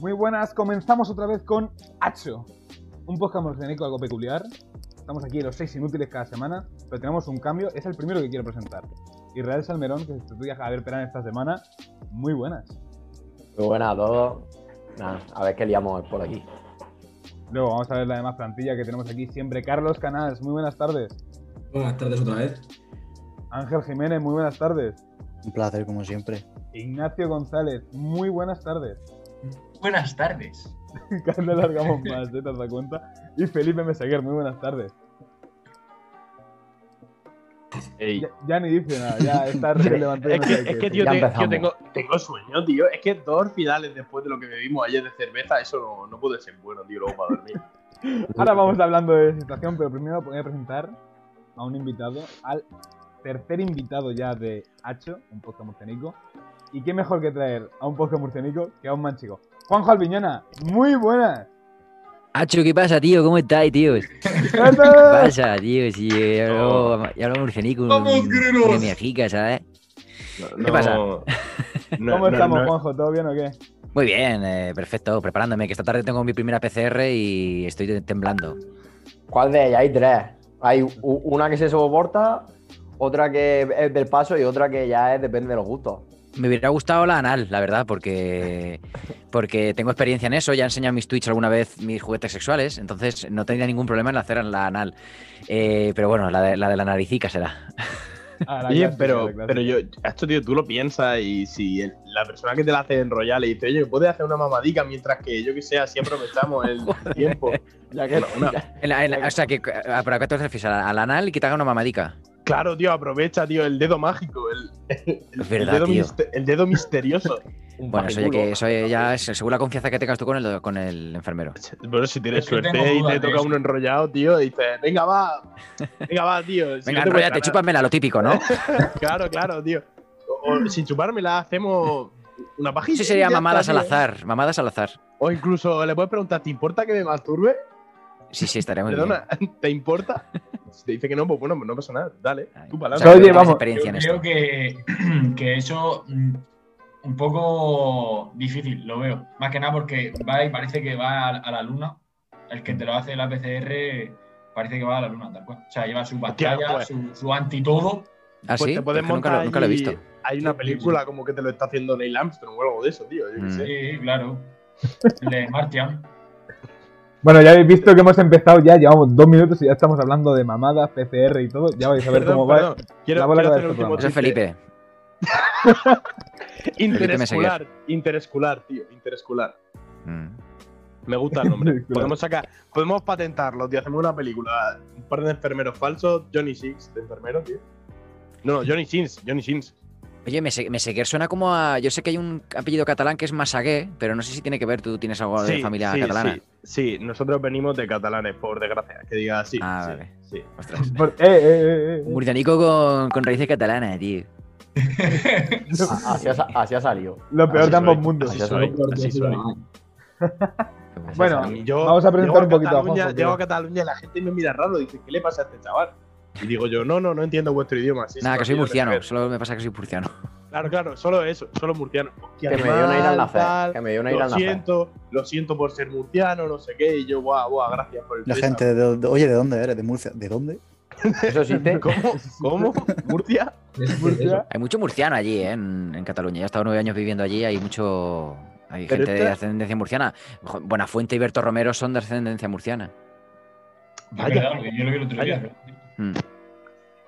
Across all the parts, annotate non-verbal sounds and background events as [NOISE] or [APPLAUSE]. Muy buenas, comenzamos otra vez con Hacho, un podcast monogénico algo peculiar. Estamos aquí los seis inútiles cada semana, pero tenemos un cambio, es el primero que quiero presentar. Israel Salmerón, que sustituye a Javier Perán esta semana. Muy buenas. Muy buenas a todos. Nada, a ver qué liamos por aquí. Luego vamos a ver la demás plantilla que tenemos aquí siempre. Carlos Canals, muy buenas tardes. Buenas tardes otra vez. Ángel Jiménez, muy buenas tardes. Un placer, como siempre. Ignacio González, muy buenas tardes. Buenas tardes. [LAUGHS] Cada vez largamos más, ¿eh? ¿te has dado cuenta? Y Felipe Meseguer, muy buenas tardes. Ey. Ya, ya ni dice nada, ya está relevante. [LAUGHS] Es que, es que, tío, Ya te- empezamos. yo tengo, tengo sueño, tío. Es que dos finales después de lo que bebimos ayer de cerveza, eso no, no puede ser bueno, tío, luego para [LAUGHS] dormir. Ahora vamos hablando de situación, pero primero voy a presentar a un invitado, al tercer invitado ya de Hacho, un podcast murcianico. Y qué mejor que traer a un podcast murcianico que a un manchico. Juanjo Albiñana, muy [LAUGHS] buenas. Hacho, ¿qué pasa, tío? ¿Cómo estáis, tío? ¿Qué ¡Gracias! pasa, tío? eh, Si ya hablo, ya hablo murcianico. ¡Vamos, guerreros! De Mexica, ¿sabes? ¿Qué pasa? [LAUGHS] ¿Cómo estamos, Juanjo? ¿Todo bien o qué? Muy bien, eh, perfecto. Preparándome, que esta tarde tengo mi primera PCR y estoy te- temblando. ¿Cuál de ellas? Hay tres. Hay u- una que se soporta, otra que es del paso y otra que ya es depende de los gustos. Me hubiera gustado la anal, la verdad, porque, porque tengo experiencia en eso. Ya he enseñado en mis Twitch alguna vez mis juguetes sexuales, entonces no tendría ningún problema en hacer la anal. Eh, pero bueno, la de, la de la naricica será. Ah, la Oye, clase, pero, la clase. pero yo, esto, tío, tú lo piensas y si el- la persona que te la hace enrollar le dice, oye, puedes hacer una mamadica mientras que yo que sea, así aprovechamos [LAUGHS] el tiempo. Ya que, Una- una- En la- en la- o sea, que, ah, ¿para qué te refieres? ¿A la- ¿Al anal y que te haga una mamadica? Claro, tío, aprovecha, tío, el dedo mágico, el, el- el Es verdad, dedo, tío. mister- el dedo misterioso. Un Bueno, eso ya, pajeculo. que, eso ya es según la confianza que tengas tú con el, con el enfermero. Bueno, si tienes Es que tengo suerte y dudas te de toca ¿eh? eso. uno enrollado, tío, y dices, venga, [LAUGHS] va, venga, va, tío. si Venga, no te enrollate, cuesta nada". chúpamela, lo típico, [LAUGHS] ¿no? Claro, claro, tío. O, o si chupármela, hacemos una pajita. Eso y sería ya está, mamadas al tío. azar, mamadas al azar. O incluso le puedes preguntar, ¿te importa que me masturbe? Sí, sí, estaría muy bien. Perdona, [LAUGHS] ¿te importa? Si te dice que no, pues bueno, no pasa nada, dale, Ay, tú o palabra. sea, Oye, tú tienes vamos, experiencia en Yo creo esto. que, [CLEARS THROAT] que eso mm, un poco difícil, lo veo. Más que nada porque va y parece que va a, a la luna. El que te lo hace la PCR parece que va a la luna, tal cual. O sea, lleva su Hostia, batalla, pues. su, su anti todo. ¿Ah, Pues sí? te puedes Es que nunca, lo, montar nunca lo he allí- visto. Hay una película como que te lo está haciendo Neil Armstrong o algo de eso, tío. Yo qué Mm. sé. Sí, claro. El de Martian. Bueno, ya habéis visto que hemos empezado ya, llevamos dos minutos y ya estamos hablando de mamadas, PCR y todo. Ya vais a ver Perdón, cómo va. perdón. Quiero, La bola quiero que va hacer de un este último Eso es chiste. Felipe. Interescolar, interescolar, tío, interescolar. Mm. Me gusta el nombre. Interescolar. podemos sacar, podemos patentarlo, tío. Hacemos una película. Un par de enfermeros falsos, Johnny Sins de enfermero, tío. No, no, Johnny Sins, Johnny Sins. Oye, Mese- Meseguer suena como a. Yo sé que hay un apellido catalán que es Masaguer, pero no sé si tiene que ver. Tú tienes algo de familia catalana. Sí, sí, nosotros venimos de catalanes, por desgracia. Que diga sí. Ah, sí, vale. sí. Ostras. Por- eh, eh, eh, eh. Un murcianico con, con raíces catalanas, tío. a- así, ha, sa- así ha salido. [LAUGHS] Lo peor Así de ambos soy, mundos. Así Ya soy, así soy. Pues Bueno, A mí, yo vamos a presentar llego un poquito a Cataluña- Juanjo, Llego a tío. Cataluña y la gente me mira raro. Dice, ¿qué le pasa a este chaval? Y digo yo, no, no, no entiendo vuestro idioma. sí, Nada, sí, que soy no tiene murciano. que Solo me pasa que soy murciano. ver. Claro, claro, solo eso, solo murciano. Que Hostia, me qué dio una ira mal, al nacer. tal, Que me dio una ira Lo al nacer. siento, lo siento por ser murciano, no sé qué. Y yo, guau, guau, gracias por el La pésame. gente De dónde- oye, ¿de dónde eres? ¿De Murcia? ¿De dónde? Eso existe. ¿Cómo? [LAUGHS] ¿Cómo? ¿Murcia? [LAUGHS] Murcia. Hay mucho murciano allí, ¿eh? en, en Cataluña. Yo he estado nueve años viviendo allí, hay mucho. Hay Pero gente de esta- ascendencia murciana. Jo- Buenafuente y Berto Romero son de ascendencia murciana. [LAUGHS] Vaya. Es verdad, porque yo lo vi el otro día. Mm.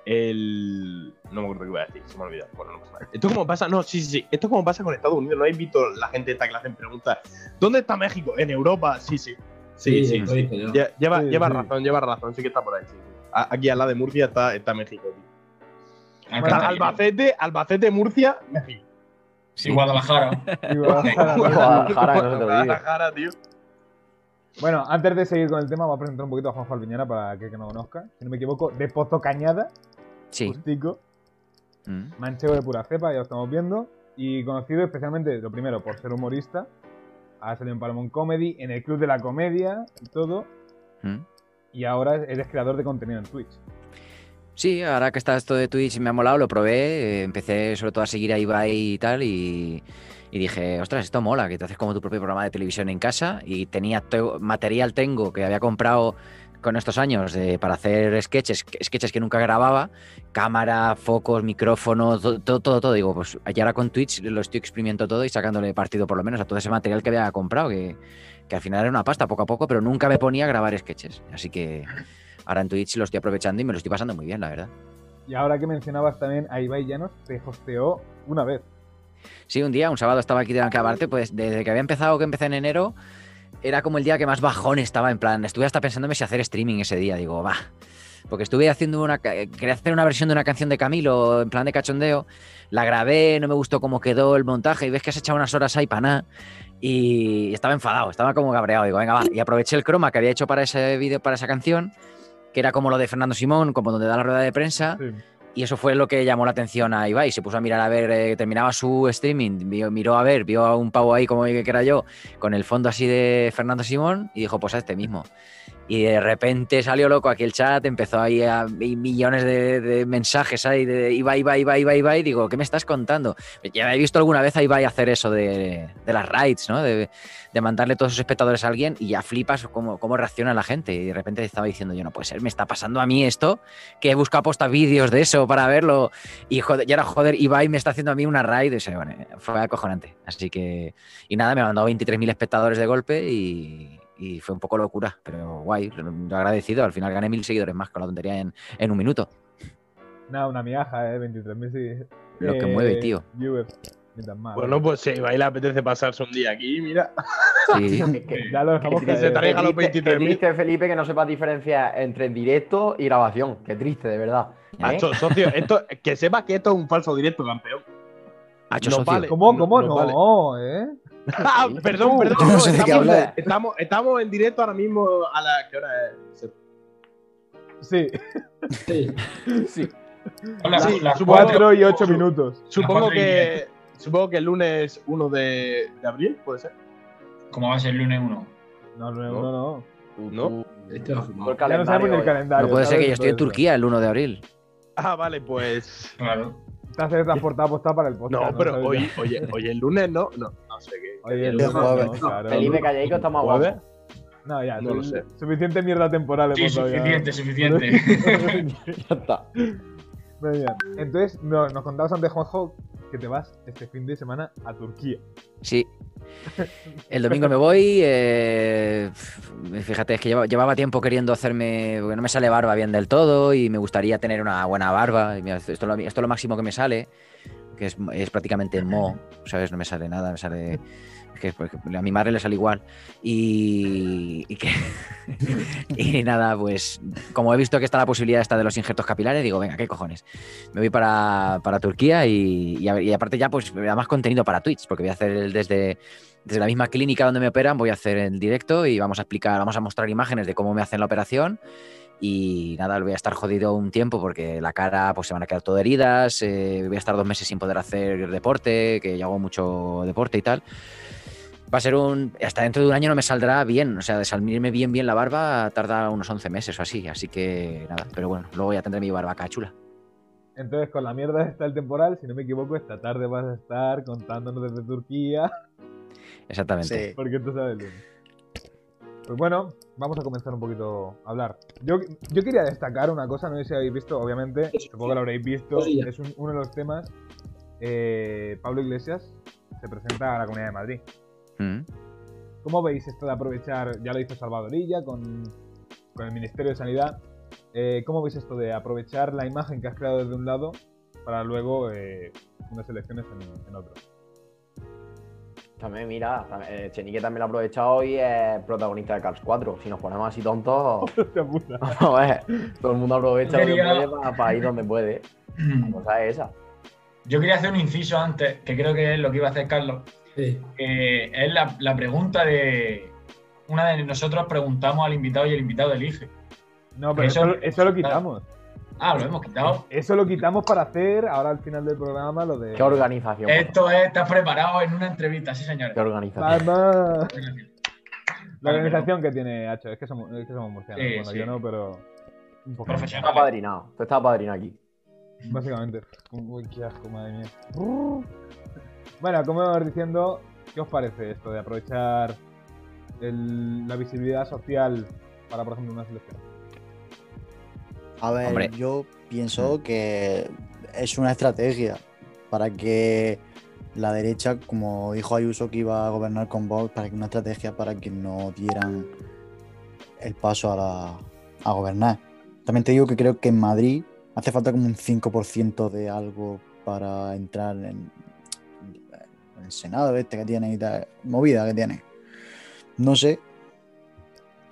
El. No me acuerdo qué iba a decir, se me ha olvidado. Bueno, no pasa nada. Esto como pasa. No, sí, sí, sí. Esto como pasa con Estados Unidos. No habéis visto la gente esta que le hacen preguntas. ¿Dónde está México? ¿En Europa? Sí, sí. Sí, sí. lo dije yo. Lle- Lleva, Sí, lleva sí. razón, lleva razón. Sí que está por ahí. sí, sí. A- Aquí al lado de Murcia está, está México, tío. Está Alcantarilla. Albacete, Albacete, Murcia, México. Y Guadalajara. Digo, ojalá. Guadalajara, no se te olvide. [LAUGHS] Guadalajara, tío. bueno, antes de seguir con el tema, voy a presentar un poquito a Juanjo Albiñana para que, que no conozca. Si no me equivoco, de Pozo Cañada, Sí. justico, Mm. manchego de pura cepa, ya lo estamos viendo. Y conocido especialmente, lo primero, por ser humorista. Ha salido en Palomón Comedy, en el Club de la Comedia y todo. Mm. Y ahora eres creador de contenido en Twitch. Sí, ahora que está esto de Twitch y me ha molado, lo probé. eh, empecé sobre todo a seguir a Ibai y tal. Y, y dije, ostras, esto mola, que te haces como tu propio programa de televisión en casa. Y tenía to- material tengo que había comprado con estos años de- para hacer sketches, que- sketches que nunca grababa. Cámara, focos, micrófono, to- todo, todo, todo. Digo, pues y ahora con Twitch lo estoy exprimiendo todo y sacándole partido por lo menos a todo ese material que había comprado, que, que al final era una pasta poco a poco, pero nunca me ponía a grabar sketches. Así que ahora en Twitch lo estoy aprovechando y me lo estoy pasando muy bien, la verdad. Y ahora que mencionabas también a Ibai Llanos, te hosteó una vez. Sí, un día, un sábado estaba aquí delante de la parte, pues desde que había empezado, que empecé en enero, era como el día que más bajón estaba, en plan, estuve hasta pensándome si hacer streaming ese día, digo, va. Porque estuve haciendo una. ca- eh, Quería hacer una versión de una canción de Camilo, en plan de cachondeo. La grabé, no me gustó cómo quedó el montaje, y ves que has echado unas horas ahí para nada. Y estaba enfadado, estaba como cabreado, digo, venga, va. Y aproveché el croma que había hecho para ese vídeo, para esa canción, que era como lo de Fernando Simón, como donde da la rueda de prensa. Sí. Y eso fue lo que llamó la atención a Ibai. Se puso a mirar a ver, eh, terminaba su streaming, vio- miró a ver, vio a un pavo ahí como que era yo, con el fondo así de Fernando Simón, y dijo, pues a este mismo. Y de repente salió loco aquí el chat, empezó ahí a y millones de, de mensajes ahí de Ibai, Ibai, Ibai, Ibai, Ibai. Digo, ¿qué me estás contando? Ya he visto alguna vez a Ibai hacer eso de, de las raids, ¿no? De, de mandarle todos sus espectadores a alguien y ya flipas cómo, cómo reacciona la gente. Y de repente estaba diciendo, yo no puede ser, me está pasando a mí esto que he buscado posta vídeos de eso para verlo. Y, joder, y ahora, joder, Ibai me está haciendo a mí una raid. O sea, bueno, eh, fue acojonante. Así que, y nada, me mandó 23.000 espectadores de golpe y, y fue un poco locura, pero guay, lo- lo agradecido. Al final gané mil seguidores más con la tontería en, en un minuto. Nada, una miaja, eh, 23.000 seguidores. Lo Eh, que mueve, tío. Eh, viewers, ni tan mal. Bueno, pues si Ibai le apetece pasarse un día aquí, mira. [LAUGHS] Sí. pues, ya lo dejamos que se caer. ¿eh? traiga los triste, qué 23.000. triste, Felipe, que no sepas diferenciar entre directo y grabación. Qué triste, de verdad. ¿Eh? Macho, socio, esto, que sepas que esto es un falso directo, campeón. Hacho No socio. vale. ¿Cómo, cómo? No, No, no vale. eh. [LAUGHS] Ah, perdón, perdón. Yo no sé de qué estamos, hablar. estamos, estamos en directo ahora mismo a la. ¿Qué hora es? Sí, Sí. Son las- Sí, las supongo- cuatro- 4 y [LAUGHS] 8 minutos. Supongo cuatro y que. Supongo que el lunes 1 de, de abril, ¿puede ser? ¿Cómo va a ser el lunes 1? No, no, No. no. no. Uh, ¿No? Este va Todo el fumado. Ya no sabemos ni el calendario, eh. calendario. No puede ser ¿sabes? que yo estoy en Todo eso. Turquía el 1 de abril. Ah, vale, pues. Claro. Estás transportado posta para el podcast. No, pero ¿Sabes? hoy, oye, hoy el lunes no. No, no sé qué. Hoy es el jueves. ¿no? Claro. Felipe Calleico está más ¿Jueves? guapo. No, ya, No lo sé. suficiente mierda temporal Sí, hemos dado ya. suficiente, [LAUGHS] suficiente. [LAUGHS] [LAUGHS] ya está. Muy bien. Entonces, no- nos contabas antes, Juanjo, que te vas este fin de semana a Turquía. Sí. El domingo me voy. eh, fíjate, es que lleva- llevaba tiempo queriendo hacerme. Porque no me sale barba bien del todo y me gustaría tener una buena barba. y mira, esto, es lo, esto es lo máximo que me sale, que es, es prácticamente mo, ¿sabes? No me sale nada, me sale. es que por ejemplo, a mi madre le sale igual. Y, y que. [LAUGHS] y nada, pues. Como he visto que está la posibilidad esta de los injertos capilares, digo, venga, ¿qué cojones? me voy para, para Turquía y, y a ver- y aparte ya pues me da más contenido para Twitch, porque voy a hacer el desde, desde la misma clínica donde me operan, voy a hacer el directo y vamos a explicar, vamos a mostrar imágenes de cómo me hacen la operación y nada, voy a estar jodido un tiempo porque la cara pues se van a quedar todo heridas, eh, voy a estar dos meses sin poder hacer deporte, que yo hago mucho deporte y tal. Va a ser un. Hasta dentro de un año no me saldrá bien. O sea, de salirme bien, bien la barba tarda unos 11 meses o así. Así que nada. Pero bueno, luego ya tendré mi barba acá chula. Entonces, con la mierda está el temporal, si no me equivoco, esta tarde vas a estar contándonos desde Turquía, [LAUGHS] Exactamente. Sí. porque tú sabes bien. Pues bueno, vamos a comenzar un poquito a hablar. Yo, yo quería destacar una cosa, no sé si habéis visto, obviamente, Sí, sí. supongo que lo habréis visto, Sí, ya. es un- uno de los temas. eh, Pablo Iglesias se presenta a la Comunidad de Madrid. Mm. ¿Cómo veis esto de aprovechar, ya lo hizo Salvadorilla con, con el Ministerio de Sanidad, eh, ¿cómo veis esto de aprovechar la imagen que has creado desde un lado para luego eh, unas elecciones en, en otro? [LAUGHS] También, mira, también- eh, Chenique también lo ha aprovechado y es protagonista de Cars 4. Si nos ponemos así tontos, [LAUGHS] Hostia puta. a ver, todo el mundo aprovecha lo que Quería- puede para, ir donde puede. La cosa es esa. Yo quería hacer un inciso antes, que creo que es lo que iba a hacer Carlos. Sí. que es la, la pregunta de. Una de nosotros preguntamos al invitado y el invitado elige. No, pero eso, Eso- eso lo quitamos. Ah, lo hemos quitado. Eso lo quitamos para hacer ahora al final del programa lo de... Qué organización. por Esto es, estás preparado en una entrevista, sí, favor. señores. Qué organización. Vamos. Gracias. La organización que tiene Hacho, es que somos, es que somos murcianos. Sí, bueno, sí. yo no, pero... Un poco. Profesional. Está padrinado. Tú estás padrinado aquí. Básicamente. Uy, qué asco, madre mía. Uh. Bueno, como íbamos diciendo, ¿qué os parece esto de aprovechar el- la visibilidad social para, por ejemplo, una selección? A ver, Hombre. yo pienso que es una estrategia para que la derecha, como dijo Ayuso que iba a gobernar con Vox, para que una estrategia para que no dieran el paso a, la- a gobernar. También te digo que creo que en Madrid hace falta como un 5% de algo para entrar en, en el Senado este que tiene y tal, movida que tiene. No sé,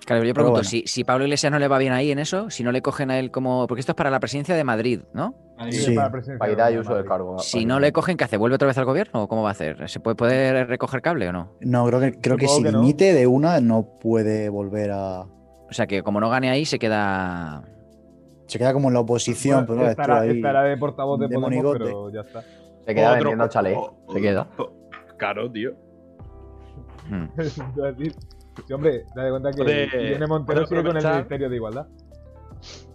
Claro, Pero yo pregunto, bueno. si, si Pablo Iglesias no le va bien ahí en eso, si no le cogen a él como. Porque esto es para la presidencia de Madrid, ¿no? Madrid. Sí. Para la presidencia Para de quitar Madrid. uso del Ah, cargo. Si no le cogen, ¿qué hace? ¿Vuelve otra vez al gobierno o cómo va a hacer? ¿Se puede, puede recoger cable o no? no, creo que, creo que Supongo si que no. dimite de una no puede volver a... O sea que como no gane ahí, se queda. Se queda como en la oposición, pero Bueno, no, estará, estuvo ahí. estará de portavoz de, de Podemos, monigote. pero ya está. [LAUGHS] Se queda Otro- vendiendo chalet. o- Se queda. Claro, tío. Mm. Te iba a decir, sí, hombre, date cuenta que Puede- Irene Montero puede sigue con el aprovechar- Ministerio de Igualdad. Entonces,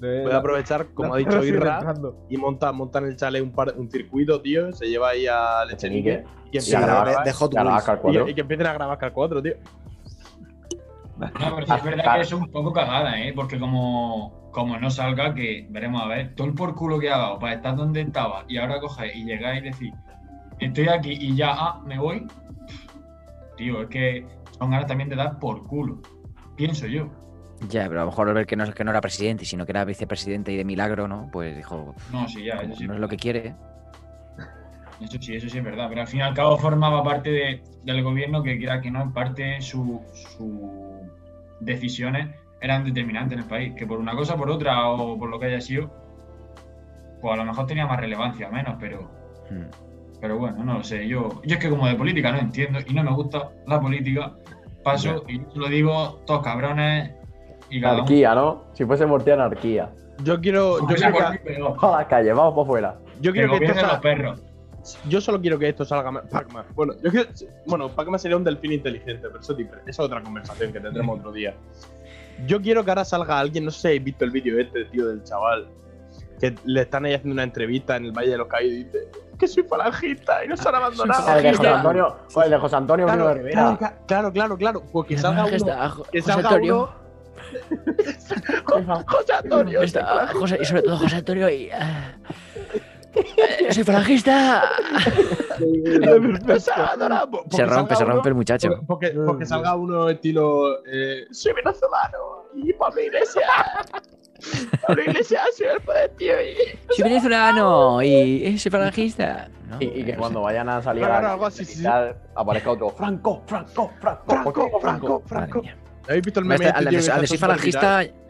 Voy Eh, la- a aprovechar, como la- ha dicho [LAUGHS] sigue Irra, entrando. y monta, monta en el chale un, par- un circuito, tío. Se lleva ahí a Lechenique. Y Sí, Y a empiezan a grabar, de, grabar. de Hot Ya la Wheels. baja al cuadro. Y, y que empiecen a grabar Cal 4, tío. No, pero sí es verdad que es un poco cagada, ¿eh? Porque como, como no salga, que veremos a ver, todo el por culo que ha dado para estar donde estaba y ahora coges y llegáis y decís, estoy aquí y ya, ah, me voy. Tío, es que son ganas también de dar por culo, pienso yo. Ya, pero a lo mejor al ver que no, que no era presidente, sino que era vicepresidente y de milagro, ¿no? Pues dijo, No, sí, ya, como eso sí, no es lo que quiere. eso sí, eso sí es verdad. Pero al fin y al cabo formaba parte de- del gobierno que quiera que no, en parte sus su decisiones eran determinantes en el país. Que por una cosa, por otra o por lo que haya sido, pues a lo mejor tenía más relevancia o menos, pero... Mm. Pero bueno, no lo sé. Yo, yo es que como de política no entiendo y no me gusta la política. Paso y lo digo, todos cabrones y cada uno. Anarquía, ¿no? Si fuese por ti, anarquía. Yo quiero. Yo, Yo quiero por mí, que, pero A la calle, vamos para afuera. yo que quiero que esto gobiernen los salga. perros. Yo solo quiero que esto salga más- Pac-Man. Bueno, yo quiero, bueno, Pac-Man sería un delfín inteligente, pero eso es diferente. Esa es otra conversación que tendremos otro día. Yo quiero que ahora salga alguien, no sé si habéis visto el vídeo este, tío, del chaval, que le están ahí haciendo una entrevista en el Valle de los Caídos y dice que soy falangista y nos Ah, han abandonado. El de José Claro, Antonio, el de José Antonio Bruno claro, Rivera. claro, claro, claro, claro, pues que salga uno. Que José salga Antonio. uno. José Antonio. Está- José- y sobre todo José Antonio y. ah, eh, soy falangista. nos han abandonado, pues que Se rompe, salga se uno- rompe el muchacho. Porque, porque- porque salga uno estilo eh, soy venezolano y Pablo Iglesias. Pablo Iglesias [LAUGHS] soy el poder, tío. Y... [LAUGHS] Soy venezolano y soy falangista. No, Eh, Y, y que no cuando vayan a salir Claro, a la algo calle así, sí, sí. militar, aparezca otro Franco, Franco, Franco, Franco, Franco, sé. Madre Franco. mía. ¿Habéis visto el Este- meme? este, Al tío, que de- al de está todo soy viral? falangista.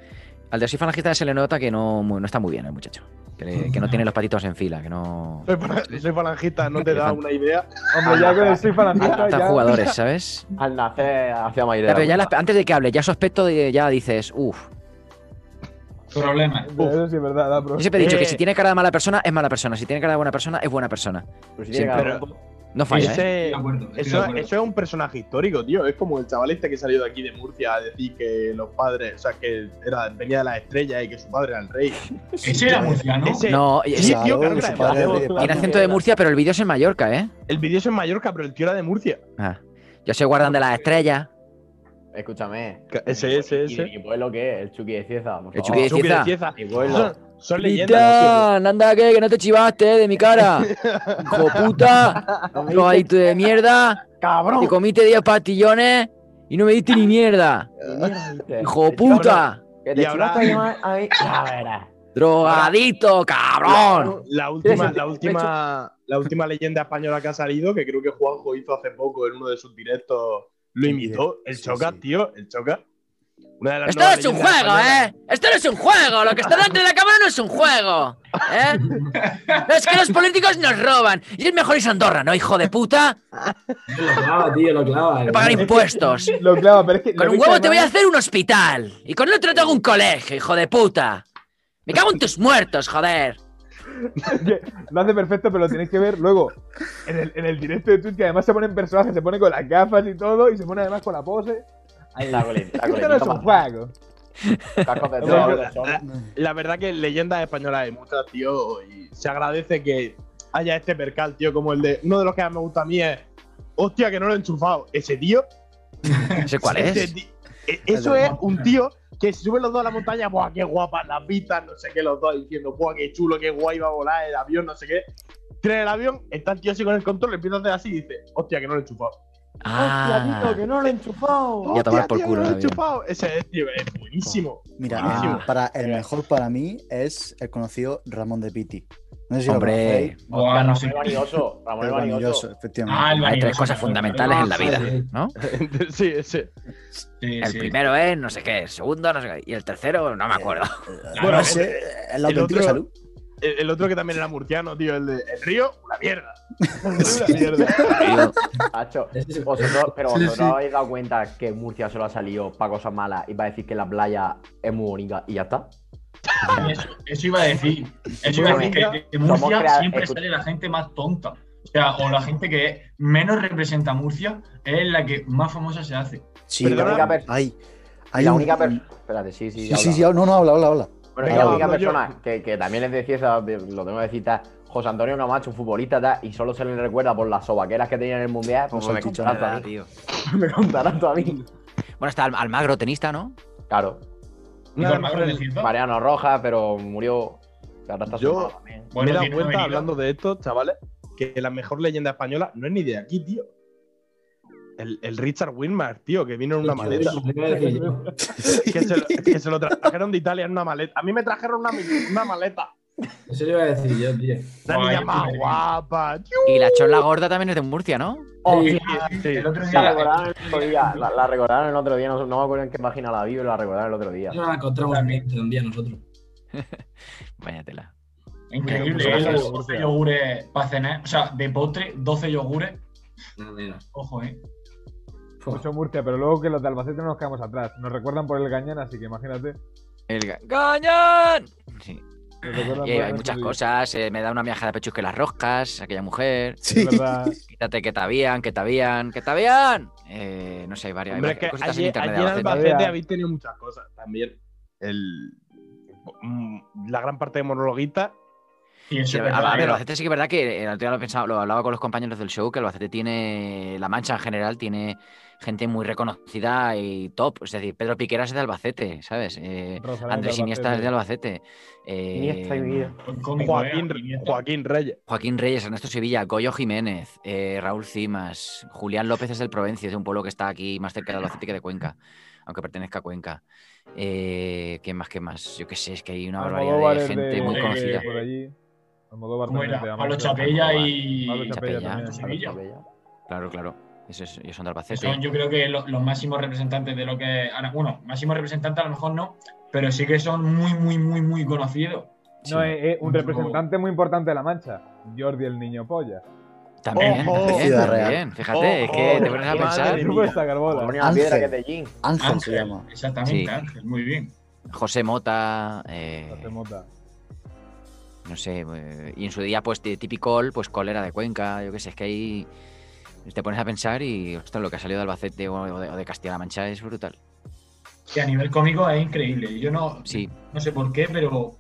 Al de soy falangista se le nota que no, mu- no está muy bien el muchacho. Que, le- que no tiene los patitos en fila, que no. Soy fal- Soy falangista, no te da una idea. Hombre, ya con el soy falangista, Faltan ya. jugadores, ¿sabes? Al nacer hacia Mairena. Ya, pero ya las- antes de que hable, ya su aspecto de- ya dices, uff. Problemas. Eso sí es verdad, da Yo pro- siempre he dicho Eh. que si tiene cara de mala persona, es mala persona. Si tiene cara de buena persona, es buena persona. Pero si tiene Siempre. cara de tonto. No falla, Ese- ¿eh? Estoy de acuerdo, estoy de eso, acuerdo. eso es un personaje histórico, tío. Es como el chaval este que salió de aquí de Murcia a decir que los padres, o sea, que era, venía de las estrellas y que su padre era el rey. Ese era murciano. Ese- No, y- Sí, tío, Claro, claro, que claro, su padre claro. es rey de tiene España. acento de Murcia, pero el vídeo es en Mallorca, ¿eh? El vídeo es en Mallorca, pero el tío era de Murcia. Ah. Yo soy guardián de las estrellas. Escúchame. Ese, ese, ese. ¿Y, y pues lo que es? El Chucky de Cieza. por El favor. Chucky de Chucky Cieza. Cieza. Y vuelo. [LAUGHS] Son, son leyendas. Vitán, anda que, que no te chivaste eh, de mi cara. Hijo [LAUGHS] puta, drogadito de mierda, te ¡Cabrón! comiste 10 pastillones y no me diste ni mierda. Eh, Hijo puta, Que Y te ahora- chivaste a llamar a mí. Ya verás. drogadito, cabrón. La última, la última, la última leyenda española que ha salido, que creo que Juanjo hizo hace poco en uno de sus directos, lo imitó. El Sí, Choca, sí. tío, el Choca. Una de las Esto no nuevas es un leyendas juego, españolas. ¿eh? Esto no es un juego. Lo que está delante de la cámara no es un juego. [LAUGHS] ¿Eh? No, es que los políticos nos roban. Y es mejor irse a Andorra, ¿no, hijo de puta? Lo clava, tío, lo clava. Que pagar impuestos. Lo clava, pero es que. Con lo un viste huevo te voy a además- hacer un hospital. Y con el otro te hago un colegio, hijo de puta. Me cago en tus muertos, joder. Lo hace perfecto, pero lo tenéis que ver luego en el, en el directo de Twitch, que además se ponen personajes, se pone con las gafas y todo, y se pone además con la pose. Ahí está, Colin. Está, Esto Colin. Este no es Toma. un juego. Cascos de No, troll. la- la, la verdad que leyendas españolas hay muchas, tío, y se agradece que haya este percal, tío, como el de uno de los que más me gusta a mí es, hostia, que no lo he enchufado. Ese tío, No sé cuál [LAUGHS] ese es. ti- e- eso es un tío que si suben los dos a la montaña, buah, qué guapas las vistas, no sé qué, los dos diciendo, buah, qué chulo, qué guay va a volar el avión, no sé qué. Tiene el avión, está el tío así con el control, empieza a hacer así y dice, hostia, que no lo he enchufado. Ah, no lo he enchufado. Y a tomar Hostia, por tío, no culo lo el he avión. enchufado. Ese es, tío, es buenísimo. [LAUGHS] Mira, Buenísimo. el- para el mejor para mí es el conocido Ramón de Piti. No sé si Hombre, lo conocéis. Buah, no sé. Vanioso. Ramón pero el es Vanioso. maravilloso, efectivamente. Ah, el hay tres vanidoso, cosas claro. fundamentales en la vida, sí. ¿no? sí, ese. Ah, Sí, El sí. primero es no sé qué, el segundo no sé qué, y el tercero no me acuerdo. [LAUGHS] bueno, Bueno, ese, Eh, el el auténtico otro- salud. El, el otro que también era murciano, tío, el de el río, una mierda. [LAUGHS] El río, una mierda. Tío, Hacho, Ese es- vosotros, pero Sí, vosotros sí. habéis dado cuenta que Murcia solo ha salido para cosas malas y para decir que la playa es muy bonita y ya está. Eso, eso iba a decir. Eso iba a decir que, que Somos Murcia crea- siempre escucha. sale la gente más tonta. O sea, o la gente que menos representa a Murcia es la que más famosa se hace. Sí, la Perdona, única per- Ay, y hay la un- única persona. Espérate, sí, sí. Sí, ya sí, habla. sí, no, no, habla, habla, habla. Bueno, Venga, la única hablo yo. persona que, que también es de Cieza, de- lo tengo que decir, está José Antonio Camacho, un futbolista, tal, y solo se le recuerda por las sobaqueras que tenía en el Mundial, pues Son me chichonas, contarás tú a nada, mí. tío. Me contarás tú a mí. Bueno, está Al- Almagro, tenista, ¿no? Claro, Nico Almagro de Cieza. Mariano Rojas, pero murió. que ahora está Yo- sumado también. Me he Bueno, dado tiene una cuenta, avenida. hablando de esto, chavales, que la mejor leyenda española no es ni de aquí, tío. El, el Richard Winmar, tío, que vino en una maleta. Eso te iba a decir yo. Que se, lo, que se lo trajeron de Italia en una maleta. A mí me trajeron una, una maleta. Eso le iba a decir yo, tío. La Guay, niña qué más maravilla. guapa. tío. Y la chola gorda también es de Murcia, ¿no? Hostia, Sí, Ah, el otro Oh, la día. recordaron el otro día. La, la recordaron el otro día, no, no me acuerdo en qué página la vi, pero la recordaron el otro día. No la encontramos un día nosotros. Váyatela. Increíble, Murcia, ¿eh? Los Murcia. 12 yogures para cenar. O sea, de postre, 12 yogures. Nada, nada. Ojo, ¿eh? Fua. Mucho Murcia, pero luego que los de Albacete no nos quedamos atrás. Nos recuerdan por el gañán, así que imagínate. El ga- ¡Gañán! Sí. Nos recuerdan Y por hay el muchas gañán. cosas. eh, me da una viaje de pechus que las roscas, aquella mujer. Es Sí. verdad. Quítate que te habían, que te habían, que te habían. Eh, no sé, hay varias, hay Hombre, es que varias cositas en allí, internet. allí en de Albacete. Albacete Albacete. habéis tenido muchas cosas. También el, mm, la gran parte de monologuistas Y eso Sí, es a ver, verdad, a ver, ¿eh? Albacete sí que es verdad que el otro día lo, pensaba- lo hablaba con los compañeros del show, que Albacete tiene, la mancha en general, tiene gente muy reconocida y top. Es decir, Pedro Piqueras es de Albacete, ¿sabes? Eh, Rosalén de Andrés Iniesta es de Albacete. Eh, Iniesta y vida. Fue cómico, ¿eh? Joaquín, Iniesta. Joaquín Reyes. Joaquín Reyes, Ernesto Sevilla, Goyo Jiménez, eh, Raúl Cimas, Julián López es del Provencio, es de un pueblo que está aquí más cerca de Albacete que de Cuenca, aunque pertenezca a Cuenca. Eh, ¿Quién más? ¿Qué más? Yo qué sé, es que hay una barbaridad Almodóvar de es gente muy de- conocida. Por allí. Almodóvar ¿Cómo también este era? es de Pablo Amancio. Chapella Almodóvar. y. Pablo Chapella Chapella. también. Sevilla. Claro, claro. Eso es- ellos son de que Albacete. Son, yo creo que lo- los máximos representantes de lo que. ahora, Bueno, máximos representantes a lo mejor no, pero sí que son muy, muy, muy, muy conocidos. No, Sí. eh, eh, un Mucho- representante muy importante de la mancha. Jordi el niño polla. También, Ojo. también, Ciudad Real. también. Fíjate, es que Ojo. te pones a Madre pensar. mía. Tú puedes sacar La bola. única piedra que Ángel. es de Jin. Ángel se llama. Exactamente, Sí. Ángel, muy bien. José Mota, eh, Hace mota. no sé, eh, y en su día, pues de típico, pues colera de Cuenca, yo qué sé, es que ahí te pones a pensar y, ostras, lo que ha salido de Albacete o o de, o de Castilla-La Mancha es brutal. Que a nivel cómico es increíble. Yo no, Sí, no sé por qué, pero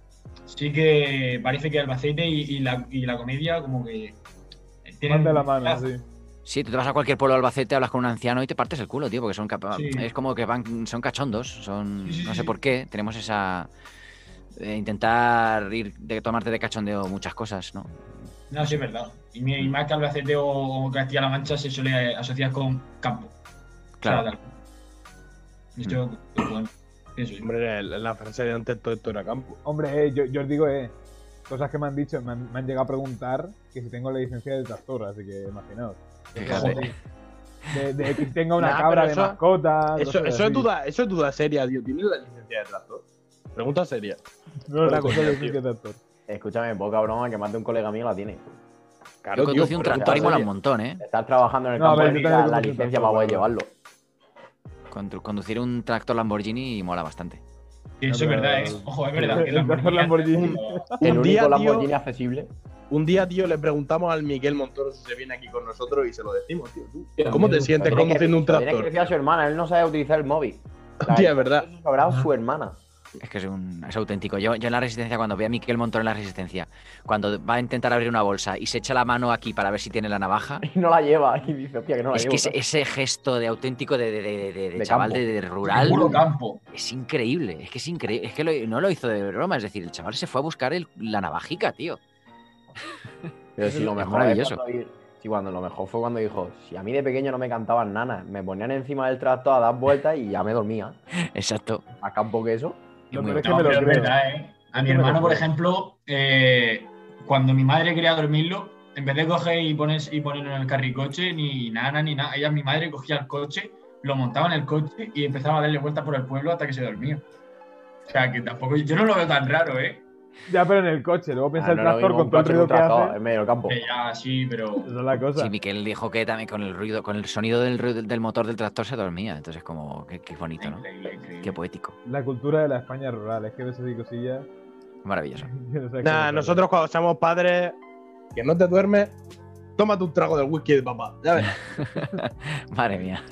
sí que parece que Albacete y, y la, y la comedia como que tienen Manda Ah, la mano, sí. sí, tú te vas a cualquier pueblo de Albacete, hablas con un anciano y te partes el culo, tío, porque son capa- Sí. es como que van, son cachondos, son, Sí, sí, no sí, sé sí. por qué, tenemos esa eh, intentar ir de tomarte de cachondeo muchas cosas, ¿no? No, sí, es verdad. Y, mi- y más que Albacete o, o Castilla-La Mancha se suele asociar con campo. Claro. O sea, tal. Esto, bueno, pienso yo. Hombre, la, la frase de antes todo esto era campo. Hombre, eh, yo, yo os digo, eh, cosas que me han dicho, me han, me han llegado a preguntar que si tengo la licencia del tractor, así que imaginaos. Fíjate. De, de que tenga una Nah, cabra pero de eso- mascota. Eso, cosas eso, es así. duda, eso es duda seria, tío. ¿Tienes la licencia de tractor? Pregunta seria. No, Una no tengo cosa, la tío. licencia de tractor. Escúchame, poca broma, que más de un colega mío la tiene. Yo conducí un pregunta tractor y mola un seria. montón, ¿eh? Estás trabajando en el No, a campo ver, yo también de vida, la conozco un licencia tractor, para poder la llevarlo. Condu- conducir un tractor Lamborghini mola bastante. Eso es pero- verdad, ¿eh? Ojo, es verdad. que El tractor Lamborghini. El Un día, único tío, Lamborghini accesible. Un día, tío, le preguntamos al Miguel Montoro si se viene aquí con nosotros y se lo decimos, tío. tú. Tío, ¿Cómo te Miguel, sientes Tienes que- conduciendo un Tienes que tractor? decir a su hermana, él no sabe utilizar el móvil. [LAUGHS] La Tía, es gallina [LAUGHS] verdad. Eso sabrá su hermana. Es que es, un, es auténtico. Yo, yo en la resistencia, cuando ve a Miquel Montón en la resistencia, cuando va a intentar abrir una bolsa y se echa la mano aquí para ver si tiene la [LAUGHS] navaja, Y no la lleva. Y dice, hostia, que no la es llevo. que ese, ese gesto de auténtico de, de- de- de- de De chaval campo. de, de rural Puro campo. es increíble. Es que es increíble. Es que lo- no lo hizo de broma. Es decir, el chaval se fue a buscar el- la navajica, tío. Pero si lo Es mejor es maravilloso. cuando, di- sí, cuando lo mejor fue cuando dijo, si a mí de pequeño no me cantaban nanas, me ponían encima del tracto a dar vueltas y ya me dormía. Exacto. A campo queso. Lo muy peor es que No, me lo pero es creo. verdad, ¿eh? A mi Yo me lo hermano, por creo. ejemplo, eh, cuando mi madre quería dormirlo, en vez de coger y poner, y ponerlo en el carricoche, ni nada, ni nada, ella, mi madre, cogía el coche, lo montaba en el coche y empezaba a darle vueltas por el pueblo hasta que se dormía. O sea, que tampoco, yo no lo veo tan raro, ¿eh? Ya, pero en el coche. Luego piensa Ah, el no, no, tractor mismo con un todo el coche que un ruido que tractor hace. En medio del Oh. campo. Que ya eh. sí, pero... Esa es la cosa. Sí, Miquel dijo que también con el ruido, con el sonido del, ruido- del motor del tractor se dormía. Entonces, como, qué, qué bonito, ¿no? Increíble, increíble. Qué poético. La cultura de la España rural. Es que ves así cosillas. [LAUGHS] Maravilloso. yo no sé cómo Nah, sale. nosotros cuando seamos padres, que no te duermes, tómate un trago del whisky de papá. Ya ves. Madre mía.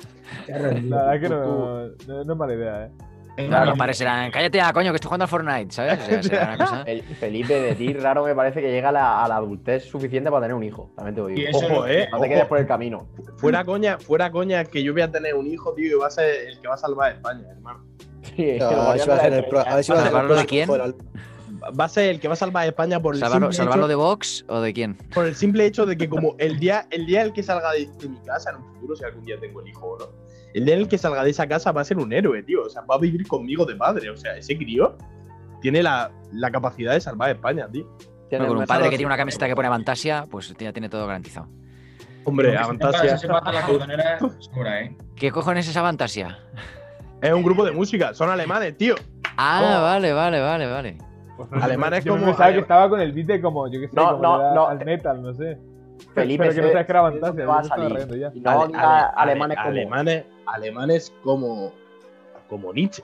Qué rendido. La verdad es que no, no, no es mala idea, ¿eh? Es Claro, los maravilloso. padres serán, cállate, ah, coño, que estoy jugando al Fortnite, ¿sabes? O sea, será [LAUGHS] una cosa. Fel- Felipe, de ti raro me parece que llega a la, a la adultez suficiente para tener un hijo. También te lo Y digo. eso- Ojo, eh. No te quedes ojo. por el camino. [LAUGHS] Fuera coña, fuera coña que yo voy a tener un hijo, tío, y va a ser el que va a salvar a España, hermano. Sí, es que lo A ver si va a ponían ser en el pro- a ver si va a ser el ¿Salvarlo de próximo quién? juego de la- Va a ser el que va a salvar a España por el, ¿Salvarlo, simple salvarlo hecho, de Vox o de quién? por el simple hecho de que como el día, el día en el que salga de, de mi casa en un futuro, si algún día tengo el hijo o no, el día en el que salga de esa casa va a ser un héroe, tío. O sea, va a vivir conmigo de padre. O sea, ese crío tiene la, la capacidad de salvar a España, tío. Tiene Bueno, con el un padre mejor- que tiene una camiseta que pone Fantasia, pues ya tiene todo garantizado. Aunque Hombre, sepa- Avantasia sepa todas las costureras, sobra, ¿eh? ¿Qué cojones es esa Fantasia? es un grupo de música, son alemanes, tío. Ah, Oh. vale, vale, vale, vale. Pues, Alemán es yo me como- pensaba que alem- estaba con el beat como, yo qué sé, No, como no, le da no, al eh, metal, no sé. Felipe, Pero que no sé- sabes que era sé Fantasia, dónde va yo a me estaba salir. riendo ya. Y no Ale- diga ale- alemanes como- alemanes, alemanes como como Nietzsche,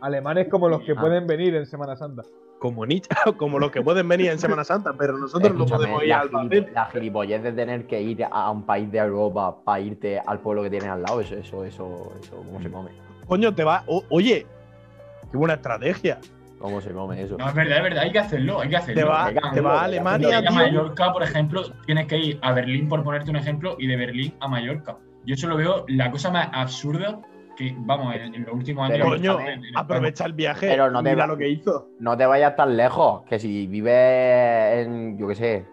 Alemanes como los que Ah. pueden venir en Semana Santa. como Nietzsche, [LAUGHS] como los que pueden venir en Semana Santa, pero nosotros no Escúchame, podemos ir la al gilipo- Albacete. La gilipollez de tener que ir a un país de Europa para irte al pueblo que tienes al lado, eso, eso, eso, eso, ¿cómo se come? Coño, te va, o- oye, qué buena estrategia. ¿Cómo se come eso? No, es verdad, es verdad, hay que hacerlo, hay que hacerlo. Te va, Venga, te va a venga, Cuando Alemania, llegue a tío. Mallorca, por ejemplo, tienes que ir a Berlín, por ponerte un ejemplo, y de Berlín a Mallorca. Yo eso lo veo la cosa más absurda que, vamos, en, en los últimos años. Pero, Coño, en- en- aprovecha el viaje. Pero no te mira va- lo que hizo. No te vayas tan lejos, que si vives en, yo qué sé,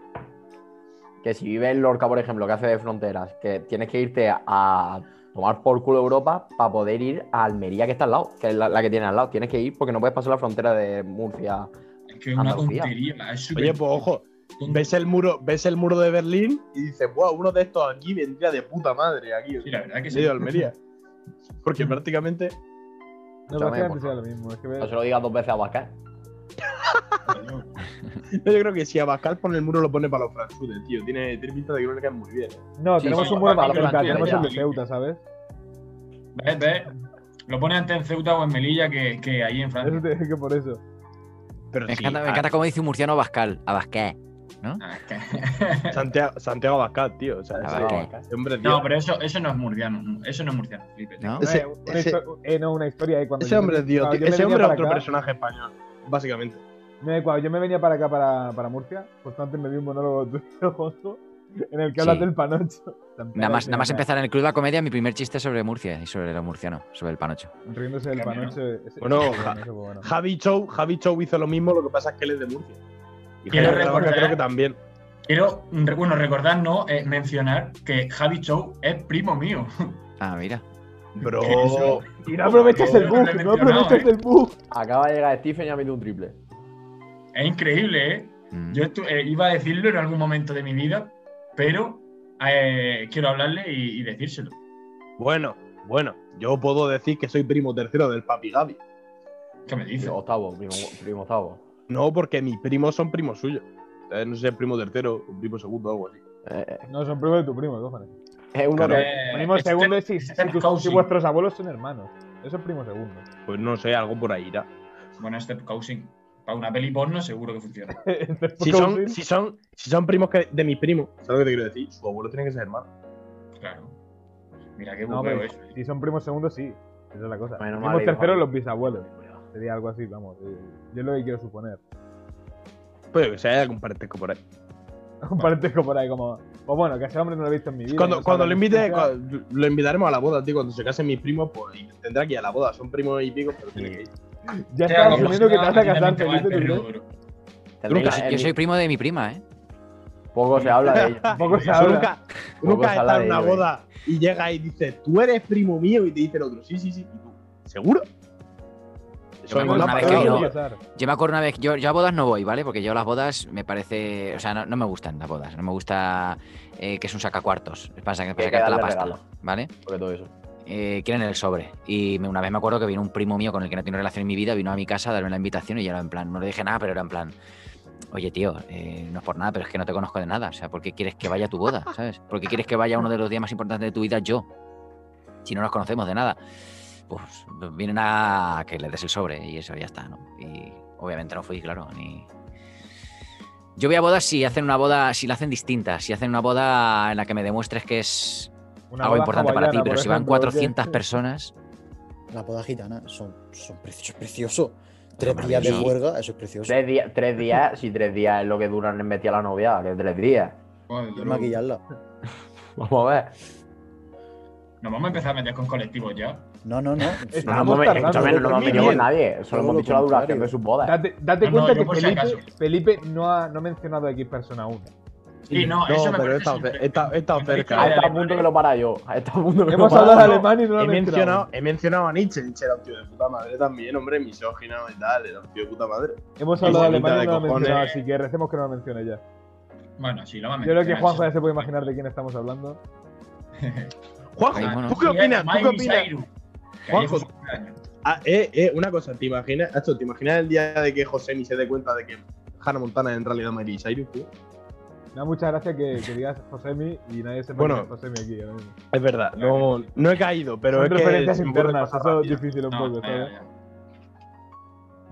que si vives en Lorca, por ejemplo, que hace de fronteras, que tienes que irte a tomar por culo Europa para poder ir a Almería, que está al lado, que es la, la que tiene al lado. Tienes que ir porque no puedes pasar la frontera de Murcia. Es que es una Andalucía. tontería, es súper Oye, pues ojo, tonto. ves el muro, ves el muro de Berlín y dices, wow, uno de estos aquí vendría de puta madre aquí. Sí, la verdad que en sí. medio de Almería. Porque prácticamente No, Escúchame, básicamente por sea lo mismo. Es que ve- No se lo digas dos veces a Bascar. No, yo creo que si Abascal pone el muro lo pone para los franceses, tío. Tiene, tiene pinta de que no le caen muy bien. ¿eh? No, Sí, tenemos sí, un buen va, va, para va, va, tenemos ya. el de Ceuta, ¿sabes? [LAUGHS] ¿Ves, ves? Lo pone antes en Ceuta o en Melilla que, que ahí en Eso Francia. te- [LAUGHS] Es que por eso. Pero Me sí, ah. encanta, me a- encanta cómo dice un murciano Abascal. Abasqué. Ah, es que- Santiago, Santiago Abascal, tío. O sea, Ah, ese- vale. ese hombre, [LAUGHS] tío. No, pero eso, eso no es murciano. Eso no es murciano, Felipe. ¿No? No, Ese- eh, una ese- histo- eh, no, una historia ahí cuando ese yo me- hombre, tío. cuando yo tío, me ese venía hombre es para otro acá- personaje español, básicamente. No, cuando yo me venía para acá, para, para Murcia, pues antes me vi un monólogo [LAUGHS] tuyo, Josu, en el que hablas Sí. del panocho. [LAUGHS] Tanta Nada más, gracia, nada más o sea, empezar en el Club de la Comedia, mi primer chiste es sobre Murcia y sobre lo murciano, sobre el panocho. Riéndose del Cambio, ¿no? panocho. ese- Bueno, ese- ja- ese fue bueno. Javi Chow, Javi Chow hizo lo mismo, lo que pasa es que él es de Murcia. Y Quiero Javier Caravaca recordar- creo que también. Quiero, re- bueno, recordar, no, eh, mencionar que Javi Chow es primo mío. [LAUGHS] Ah, mira. Bro. [LAUGHS] Que eso- Y no aprovechas el Yo no lo bug, he no mencionado, aprovechas ¿eh? el bug. Acaba de llegar Stephen y ha metido un triple. Es increíble, ¿eh? Mm. Yo estu- eh, iba a decirlo en algún momento de mi vida, pero eh, quiero hablarle y, y decírselo. Bueno, bueno. Yo puedo decir que soy primo tercero del papi Gaby. ¿Qué me dices? Primo octavo, primo, primo octavo. No, porque mis primos son primos suyos. Entonces, no sé si es primo tercero o primo segundo o algo así. Eh, eh, No, son primos de tu primo, cojones. es uno Claro. de Eh, Primo este- segundo es si, si Stephen tus- Hawking. si vuestros abuelos son hermanos. Eso es primo segundo. [LAUGHS] Pues no sé, algo por ahí irá. Bueno, Step Causing. Para una peli porno seguro que funciona. Este es Si Hawking. son, si son, si son primos que- de mis primos, ¿sabes lo que te quiero decir? Su abuelo tiene que ser hermano. Claro. Mira qué No, bugueo pero eso. si son primos segundos, sí. Esa es la cosa. Menos Somos mal, terceros hijo. los bisabuelos. Sería algo así, vamos. eh, Yo es lo que quiero suponer. [LAUGHS] Pues que sea algún parentesco por ahí. Un parentesco por ahí como... Pues bueno, que a ese hombre no lo he visto en mi vida. Cuando, no sé cuando la lo [LAUGHS] invite, existencia. cua- lo invitaremos a la boda, tío. Cuando se casen mis primos, pues y tendrá que ir a la boda. Son primos y pico, pero tiene que ir. Ya Sea estás como asumiendo que te sea, vas a casar, evidentemente va Felipe, el ¿tú perro crees? duro. Tendréis- Yo, Nunca- soy- en- yo soy primo de mi prima, ¿eh? Poco se habla de ello. Poco se Eso habla. Nunca, Poco nunca se está habla en de una ello, eh. boda y llega y dice, tú eres primo mío, y te dice el otro, sí, sí, sí. Y tú, ¿seguro? me es acuerdo la una vez Claro, que palabra, vino- puede tío. pasar. Yo me acuerdo una vez, yo, yo a bodas no voy, ¿vale? Porque yo a las bodas me parece, o sea, no, no me gustan las bodas, no me gusta eh, que es un sacacuartos, es para, saca- para hay que sacarte la darle pasta, regalo. ¿vale? Porque todo eso. Eh, quieren el sobre. Y me- una vez me acuerdo que vino un primo mío con el que no tiene relación en mi vida, vino a mi casa a darme la invitación y yo era en plan, no le dije nada, pero era en plan, oye tío, eh, no es por nada, pero es que no te conozco de nada, o sea, ¿por qué quieres que vaya a tu boda? ¿Sabes? ¿Por qué quieres que vaya uno de los días más importantes de tu vida yo? Si no nos conocemos de nada. Pues vienen a que le des el sobre y eso ya está, ¿no? Y obviamente no fui, claro, ni... Yo voy a bodas si hacen una boda, si la hacen distinta, si hacen una boda en la que me demuestres que es Una algo boda importante para ti, hawaiana, pero por si van ejemplo, ¿o qué? 400 personas, Las bodas gitanas son, son precios, preciosos. Tres Hombre, días de sí. huelga, eso es precioso. Tres días, [LAUGHS] tres días, si tres días es lo que duran en meter a la novia, que tres días. Joder, Y desde es luego. maquillarla. Vamos a ver. Nos vamos a empezar a meter con colectivos ya. No, no, no. Es- No, Estamos no, me, tardando, escúchame, no por nos hemos mí metido bien. con nadie. Solo Todo hemos lo dicho la duración contrario. de sus bodas. Date, date No, no, cuenta yo por que si Felipe, acaso. Felipe no, ha, no ha mencionado a X persona [LAUGHS] aún. Sí, no, eso me pero he parece estado, súper- cer- he estado- he estado me parece Ha cerca. súper- estado a punto que lo para yo. Ha estado a punto que lo Hemos para hablado yo. de alemán y no lo He ha mencionado. mencionado, he mencionado a Nietzsche. Nietzsche era un tío de puta madre también, hombre, misógino y tal. Era un tío de puta madre. Hemos hablado de Igualita alemán y de no lo ha cojones. mencionado, así que recemos que no lo mencione ya. Bueno, sí, lo vamos a Yo creo que mencionar, Juanjo sí. ya se puede imaginar de quién estamos hablando. Juanjo, Ay, bueno. ¿tú qué Miguel, opinas? ¿Tú qué Miley opinas? Cyrus, que ayer Juanjo. fue su cumpleaños. Ah, eh, eh, una cosa, ¿te imaginas, Acho, ¿te imaginas el día de que José ni se dé cuenta de que Hannah Montana es en realidad Miley Cyrus, tío? Me da mucha gracia que, que digas Josemi y nadie sepa Bueno. que es Josemi aquí. ahora mismo. Es verdad, no, no he caído, pero Son es que. referencias se me ocurre internas, cosas eso es rápidas. difícil un No, poco, ya, ¿sabes? ya.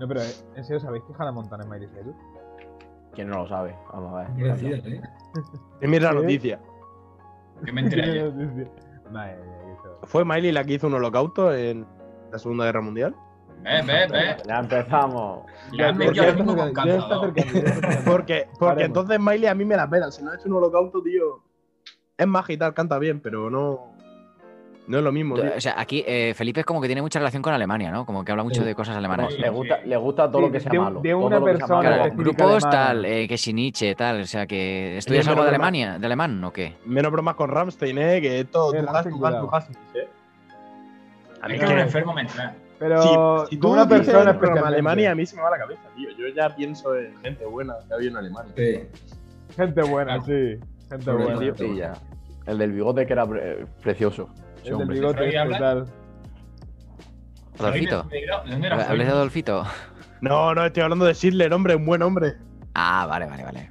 No, pero eh, en serio, ¿sabéis que Hannah Montana es Miley Cyrus? ¿Quién no lo sabe? Vamos a ver. Parecida, ¿eh? Es mi la ¿Eh? noticia. Yo me [LAUGHS] enteré ayer. Madre mía, qué chaval. ¿Fue Miley la que hizo un holocausto en la Segunda [LAUGHS] Guerra Mundial? Ve, ve, ve. Ya empezamos. Le han Ya, metido ya lo mismo con está acercando, ya calzador. está acercando, ya está Porque, porque Paremos. entonces Miley a mí me la pela. Si no ha hecho un holocausto, tío. Es magia y tal, canta bien, pero no. No es lo mismo, tío. o sea, aquí eh, Felipe es como que tiene mucha relación con Alemania, ¿no? Como que habla mucho Sí. de cosas alemanas. Sí, Le gusta, le gusta todo Sí, lo que sea de un- malo. de todo una lo que sea persona malo. Claro, específica grupos alemana. tal, eh, que si Nietzsche, tal, o sea, que estudias Yo algo de creo que- Alemania, de alemán o qué? Menos bromas con Ramstein, eh. Que esto. Eh, Tú has, Rammstein, tú has, tú cuidado. has, eh. A mí Es es que es un que- enfermo mental. Pero si, si con tú una dices persona el programa especialmente. Alemania, a mí se me va la cabeza, tío. Yo ya pienso en gente buena que ha habido en Alemania. Sí. Gente buena, sí. Gente Pero buena. sí, El Sí, ya. El del bigote que era pre- precioso. Ese del hombre. bigote ¿Sabía es hablar? brutal. Adolfito. ¿De dónde era? ¿Habléis de Adolfito? No, no, estoy hablando de Schindler, hombre, un buen hombre. Ah, vale, vale, vale.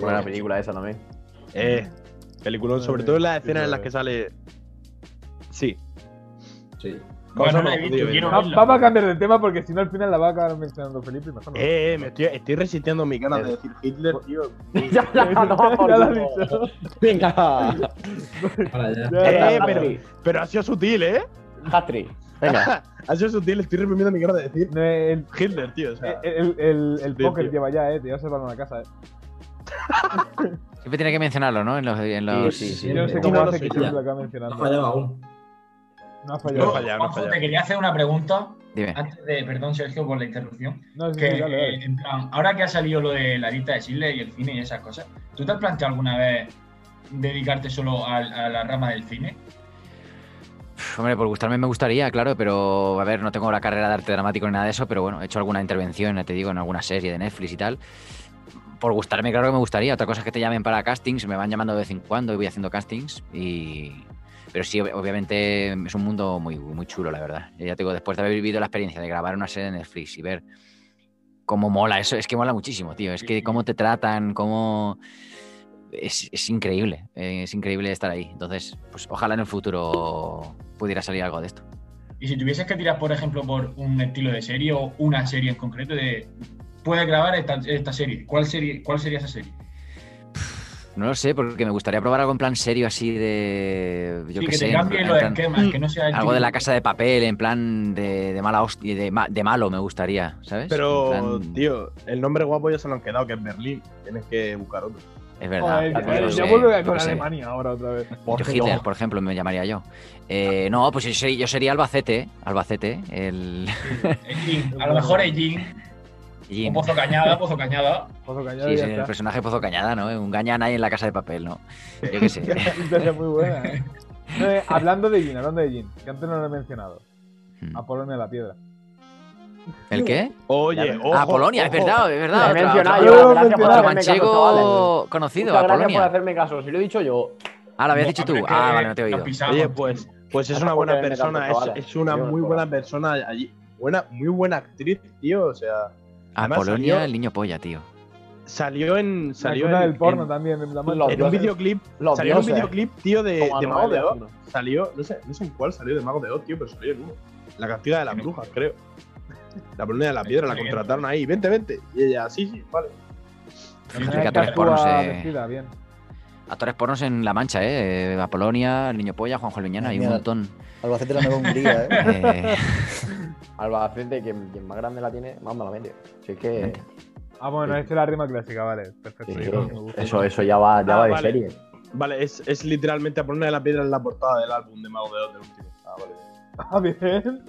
Buena película esa también. [LAUGHS] Eh, peliculón, sobre Madre, todo en las sí, escenas en las madre. que sale. Sí. Sí. Bueno, no la he Cosa visto, judía, quiero Va- verla. Vamos a cambiar de tema porque si no al final la va a acabar mencionando Felipe y mejor no. Eh, eh, me estoy, estoy resistiendo mi ganas de decir Hitler, [LAUGHS] tío. ya [LAUGHS] la toma por Ya lo has culo. dicho. Venga. Ahora ya. Ya, Eh, ya, pero- ya. Pero ha sido sutil, ¿eh? Hatri. Venga. Ha sido sutil, estoy reprimiendo mi ganas de decir No, eh, el, Hitler, tío. O sea, el, el, el Bien, póker tío. lleva ya, eh. Te vas a salvar una casa, eh. Siempre tiene que mencionarlo, ¿no? En los, en los- Sí, sí, Yo no sé Sí, cómo no lo hace sé, que ya. siempre lo acaba No ha mencionando. fallado aún. No ha No ha fallado. fallado, no ha Juanjo, fallado. te quería hacer una pregunta. Dime. Antes de, perdón Sergio por la interrupción. No, sí, Que, sí, dale, eh, dale. en plan, ahora que ha salido lo de la lista de Chile y el cine y esas cosas, ¿tú te has planteado alguna vez dedicarte solo al- a, la rama del cine? Uf, Hombre, por gustarme me gustaría, claro, pero a ver, no tengo la carrera de arte dramático ni nada de eso, pero bueno, he hecho alguna intervención, ya te digo, en alguna serie de Netflix y tal. Por gustarme, claro que me gustaría. Otra cosa es que te llamen para castings, me van llamando de vez en cuando y voy haciendo castings. Y... Pero sí, ob- obviamente es un mundo muy, muy chulo, la verdad. Yo Ya te digo, después de haber vivido la experiencia de grabar una serie de Netflix y ver cómo mola eso, es que mola muchísimo, tío. Es que cómo te tratan, cómo... Es, es increíble, eh, es increíble estar ahí. Entonces, pues ojalá en el futuro pudiera salir algo de esto. Y si tuvieses que tirar, por ejemplo, por un estilo de serie o una serie en concreto, de puedes grabar esta, esta serie. ¿Cuál serie, cuál sería esa serie? No lo sé, porque me gustaría probar algo en plan serio así de. Yo Sí, qué que sé. te en cambien los plan- esquemas, que no sea el algo de la típico- casa de papel, en plan de, de mala hostia, de, ma- de malo me gustaría, ¿sabes? Pero, En plan- tío, el nombre guapo ya se lo han quedado, que es Berlín. Tienes que buscar otro. Es verdad. Joder, yo eh, qué yo sé, vuelvo yo con qué sé. Alemania ahora otra vez. Yo Hitler, por ejemplo, me llamaría yo. Eh, no, pues yo, ser- yo sería Albacete, Albacete, el... [LAUGHS] Ellín. A lo mejor Ellín, o Jim. Pozo Cañada, Pozo Cañada. Pozo Cañada Sí, ya sí, el [LAUGHS] está. personaje Pozo Cañada, ¿no? Un gañán ahí en la casa de papel, ¿no? Yo qué sé. Entonces, muy buena. ¿eh? Eh, hablando de Jin, hablando de Jin, que antes no lo he mencionado. [LAUGHS] Mm. Apolonio de la Piedra. ¿El qué? Oye, ojo, ah, Polonia, es ojo. verdad, es Lo verdad. he otra- mencionado otra- otra- yo. otra- Gracias otra- por hacerme otro caso, chavales. manchego conocido, Muchas a gracias por Polonia. hacerme caso. Si lo he dicho yo. Ah, lo habías No, dicho hombre, tú. que Ah, vale, no te he nos oído. pisamos, Oye, tío. pues, pues es una Tampoco buena te vengas persona, tanto, es, vale. es una Yo no muy puedo. buena persona allí. Buena, muy buena actriz, tío. O sea, A Además, Polonia, salió- el niño polla, tío. salió en. La Salió cuna en, del porno en- también. en la mancha. en un Los dioses. videoclip. Los salió en un dioses. videoclip, tío, de, Como de Manuel Mago de de Oz. Oz, ¿no? Salió, no sé, no sé en cuál salió de Mago de Oz, tío, pero salió en uno. La castiga de las brujas, creo. La Polonia de la piedra, la contrataron ahí. Vente, vente. Y ella, sí, sí, vale. Una que que actores pornos, actúa eh. vestida bien. Actores pornos en La Mancha, ¿eh? A Polonia, el niño polla, Juanjo Luñana, hay un Mierda. montón. [LAUGHS] Albacete la nueva Hungría, ¿eh? Eh, Ah, Albacete, quien, quien más grande la tiene, más me la vende. Así que. Ah, bueno, Sí. esta es la rima clásica, vale. Perfecto. sí, yo sí. creo que pues me gusta. Eso, eso ya va, ya Ah, va de vale. serie. Vale, es, es literalmente a Polonia de la piedra en la portada del álbum de Mago de Oz del último. Ah, vale. Ah, bien.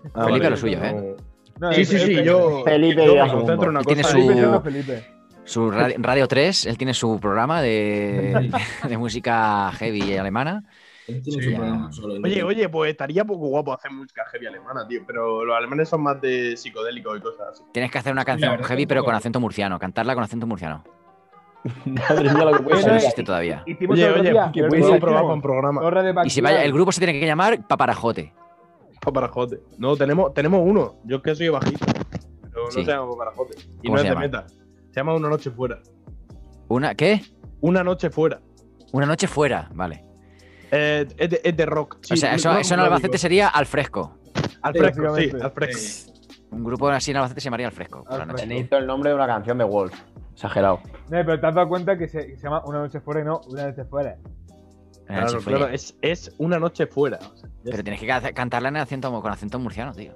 Felipe vale. a lo suyo, ¿eh? No, Sí, es- sí, es- sí, es- yo. Felipe yo y me Azundo. concentro en una Y tiene cosa. Felipe su- siendo Felipe. Su ra- Radio, 3, él tiene su [LAUGHS] programa de, de música heavy alemana. Él tiene Sí. su programa solo. él Oye, no- oye, pues estaría poco guapo hacer música heavy alemana, tío. Pero los alemanes son más de psicodélicos y cosas así. Tienes que hacer una Sí, la canción verdad es que heavy, un pero poco. con acento murciano, cantarla con acento murciano. Madre mía, lo que puede Eso no Bueno, ser. existe todavía. Hicimos Oye, otro oye, día- que el puedo otro día probar hicimos con programa. Torre de Y se vaya, Bactán. el grupo se tiene que llamar Paparajote. [LAUGHS] Paparajote. No, tenemos, tenemos uno. Yo es que soy bajito. Pero no Sí. se llama paparajote. Y ¿Cómo no se es de llama? meta. Se llama Una Noche Fuera. ¿Una qué? Una Noche Fuera. Una noche fuera, vale. Eh, es, de, es de rock. o sea, eso, eso en Albacete sería Al Fresco. Al fresco, sí, Básicamente. al fresco. Sí. Un grupo así en Albacete se llamaría Al Fresco. por la Al noche. Fresco. Tenéis todo el nombre de una canción de Wolf. Exagerado. No, pero te has dado cuenta que se, que se llama Una noche fuera y no Una noche fuera. Una noche Claro, fuera. claro, es, es Una Noche Fuera. O sea, Pero tienes que ca- cantarla en acento, con acento murciano, tío.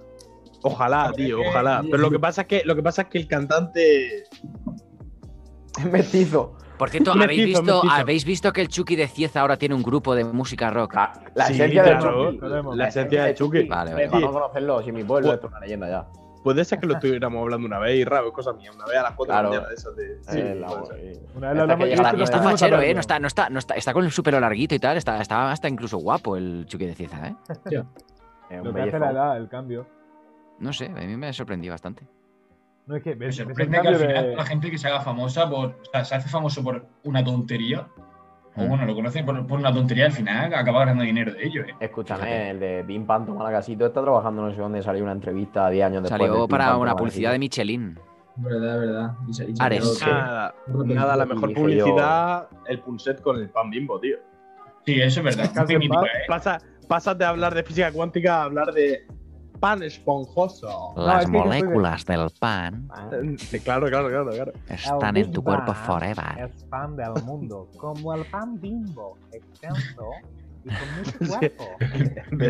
Ojalá, Hombre, tío, que- ojalá. Pero lo que pasa es que lo que pasa es que el cantante. Es mestizo. Por cierto, Mestizo, ¿habéis visto, mestizo. habéis visto que el Chucky de Cieza ahora tiene un grupo de música rock. La, la Sí, esencia claro, de claro, Chucky. la esencia de Chucky. Vale, Vale, vale. Para vale. no conocerlo, si mi pueblo esto es una leyenda ya. Puede ser que lo estuviéramos hablando una vez y raro, es cosa mía. Una vez a las 4 de Claro. la mañana de esas de. Sí, Eh, la- puede ser. Una vez Esta lo hablamos que y ya esto la lo Y está estamos fachero, hablando. ¿eh? No está, no está, no está, está con el súper larguito y tal. Está, está hasta incluso guapo el Chucky de Cieza, ¿eh? es un Lo que hace la bellezón. edad, el cambio. No sé, a mí me sorprendió bastante. No es que Me ves, ves el sorprende que cambio al final de. la gente que se haga famosa por. O sea, se hace famoso por una tontería. O Mm. bueno, lo conoce por, por una tontería al final, acaba ganando dinero de ello, ¿eh? Escúchame, Fíjate. el de Pim Pam Toma la Casito está trabajando no sé dónde, salió una entrevista 10 años después. del Salió Pim Pam, para Toma una la publicidad de Casito. Michelin. Verdad, verdad. Y se- y se- Ares. que- Nada, Repente, nada, la mejor dije publicidad, el punset con el pan bimbo, tío. Sí, eso es [LAUGHS] verdad. Casi Muy en mítica, paz. ¿eh? Pasa, pasas de hablar de física cuántica a hablar de pan esponjoso. No, Las Ah, es que yo soy de- moléculas del pan Sí, claro, claro, claro, claro. Ah, están en tu Big cuerpo Bang forever. Es pan del mundo, como el pan bimbo, extenso y con mucho cuerpo. Ya, ya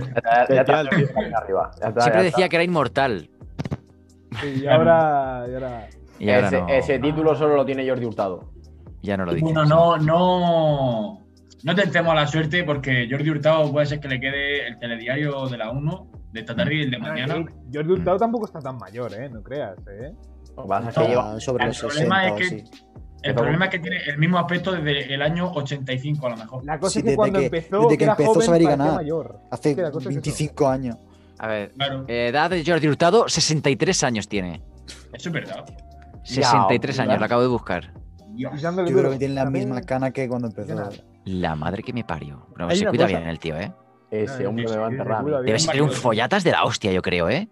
está, Genial, ya está arriba. Ya está, Siempre ya está. decía que era inmortal. y ahora. Y ahora Y ahora ese, no, ese título solo lo tiene Jordi Hurtado. ya no lo dice. Bueno, no, no. No tentemos la suerte porque Jordi Hurtado puede ser que le quede el telediario de la 1 de esta tarde y Mm. el de mañana. Eh, Jordi Hurtado tampoco está tan mayor, ¿eh? No creas, ¿eh? Lo que pasa es que No. lleva. Está Ah, sobre el los problema 60 o es así. El problema es que tiene el mismo aspecto desde el año 85 a lo mejor. La cosa Sí, es que desde cuando que- empezó. desde que era empezó joven, saber y parecía ganar. Mayor. Hace que la cosa es eso. 25 años. A ver, eh, Claro, edad de Jordi Hurtado, 63 años tiene. eso es verdad. 63 Ya, años, lo acabo de buscar. Dios. Pisando el Yo duro. creo que tiene la También- misma cana que cuando empezó. Ganar. La madre que me parió. Pero Hay se una cuida cosa- bien el tío, ¿eh? Ese hombre me va a enterrar. Cuida bien. Debe ser un follatas de la hostia, yo creo, ¿eh?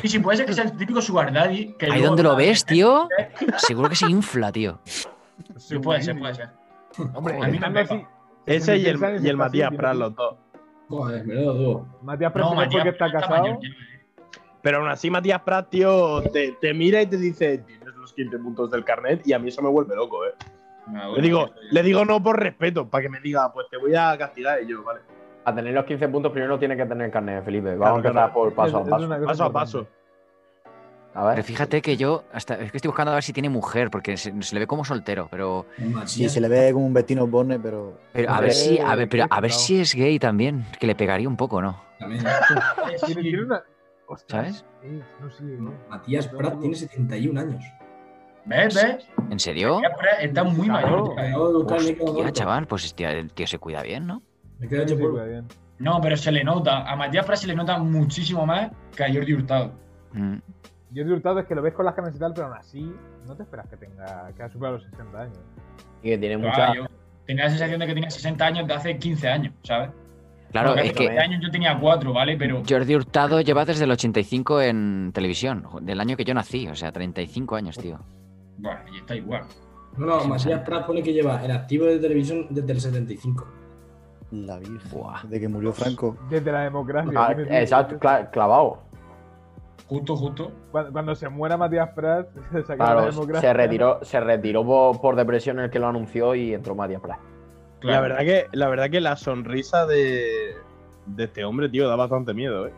Sí, sí, puede ser que sea el típico Sugar Daddy. Que Ahí luego- donde lo ves, tío, seguro que se infla, tío. Sí, puede ser, puede ser. Hombre, A mí no estando me así. Ese y 66 años el, y el está Matías así, Prat, tío. los dos. Joder, menudo dúo. Matías Prat No, no, Matías porque está Prado casado. mayor ya. Pero aún así, Matías Prat, tío, te, te mira y te dice: Tienes los 15 puntos del carnet, y a mí eso me vuelve loco, eh. Ah, bueno, Le digo, esto ya- le digo no por respeto, para que me diga, pues te voy a castigar y yo, vale. Para tener los 15 puntos primero tiene que tener carne, Felipe. Vamos a Claro, empezar claro. por paso a Es- es paso. una cosa Paso a importante. paso. A ver. Pero fíjate que yo hasta es que estoy buscando a ver si tiene mujer, porque se, se le ve como soltero, pero, Sí, se le ve como un vestido borne, pero. pero a Hombre, ver si, a ver, pero a ver complicado. si es gay también, que le pegaría un poco, ¿no? También. Tiene, tiene una. ¿Sabes? Sí, no sé, ¿no? ¿no? Matías Prat tiene 71 años. ¿Ves? ¿Ves? ¿En serio? Ya, pero Está muy mayor. ya, eh. Acabo de buscar, me he quedado Hostia, corto. chaval, pues hostia, el tío se cuida bien, ¿no? Me he quedado Sí, hecho sí, polvo. cuida bien. No, pero se le nota. A Matías Prat se le nota muchísimo más que a Jordi Hurtado. Mm. Yo he hurtado es que lo ves con las camisetas, y tal, pero aún así no te esperas que tenga que ha superado los 60 años. Y que tiene Pero, mucha. ah, yo tenía la sensación de que tenía 60 años de hace 15 años, ¿sabes? Claro, Porque es hace que 15 años yo tenía 4, ¿vale? Pero Jordi Hurtado lleva desde el 85 en televisión, jo- del año que yo nací, o sea, 35 años, tío. bueno, y está igual. No, no, Matías Prat pone que lleva el activo de televisión desde el 75. La virgen. Buah. De que murió Franco. Desde la democracia. Ah, tiene tío. exacto, cla- clavado. Justo, justo. Cuando, cuando se muera Matías Prat, [LAUGHS] se saca la Claro, democracia. se retiró, se retiró por, por depresión el que lo anunció y entró Matías Prat. Claro. La, verdad que, la verdad que la sonrisa de, de este hombre, tío, da bastante miedo, ¿eh?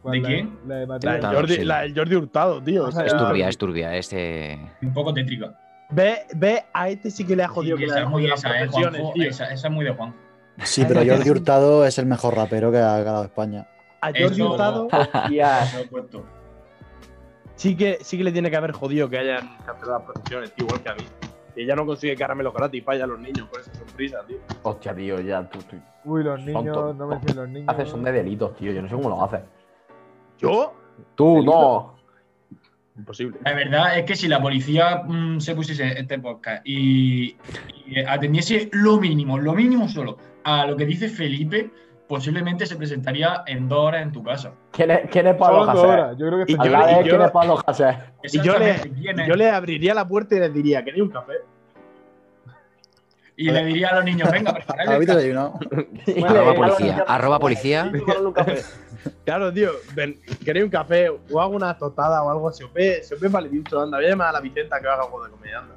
Cuando ¿De la- quién? La de Matías. La del Hurtado, Jordi, sí. la del Jordi Hurtado, tío. o sea, Es turbia, es turbia, este... Un poco tétrica. ve, ve, a este sí que le ha jodido Sí, que le esa ha es muy jodido las esa, eh, profesiones, Juanjo, tío. esa, esa es muy de Juan. Sí, pero Jordi Hurtado es el mejor rapero que ha ganado España. A Jordi Eso- [LAUGHS] Hurtado Hostia, Eso he puesto. sí que, sí que le tiene que haber jodido que hayan cancelado las profesiones, tío, igual que a mí. Que ella no consigue caramelos gratis para a los niños con esa sonrisa, tío. hostia, tío, ya tú, tú Uy, los niños, Tonto. no menciones los niños. haces son de delitos, tío. Yo no sé cómo lo haces. ¿Yo? Tú, ¿Delito? no. Imposible. La verdad es que si la policía mm, se pusiese este podcast y, y atendiese lo mínimo, lo mínimo solo, a lo que dice Felipe, posiblemente se presentaría en dos horas en tu casa. ¿Quién es, quién es Solo Pablo dos Hasél? horas, Yo creo que Y está yo- Habla y de yo- quién es Pablo Hasél. Y yo le- Exactamente, ¿quién es? Yo le abriría la puerta y les diría, ¿queréis un café? Y le diría a los niños, venga, preparad el ¿Habéis desayunado? [LAUGHS] [LAUGHS] Y Bueno, le- Arroba policía, arroba policía. Claro, tío, ven, queréis un café o hago una tostada o algo así. Ope, si os ve vale dicho, anda, voy a llamar a la Vicenta que haga algo de comer, [LAUGHS] anda.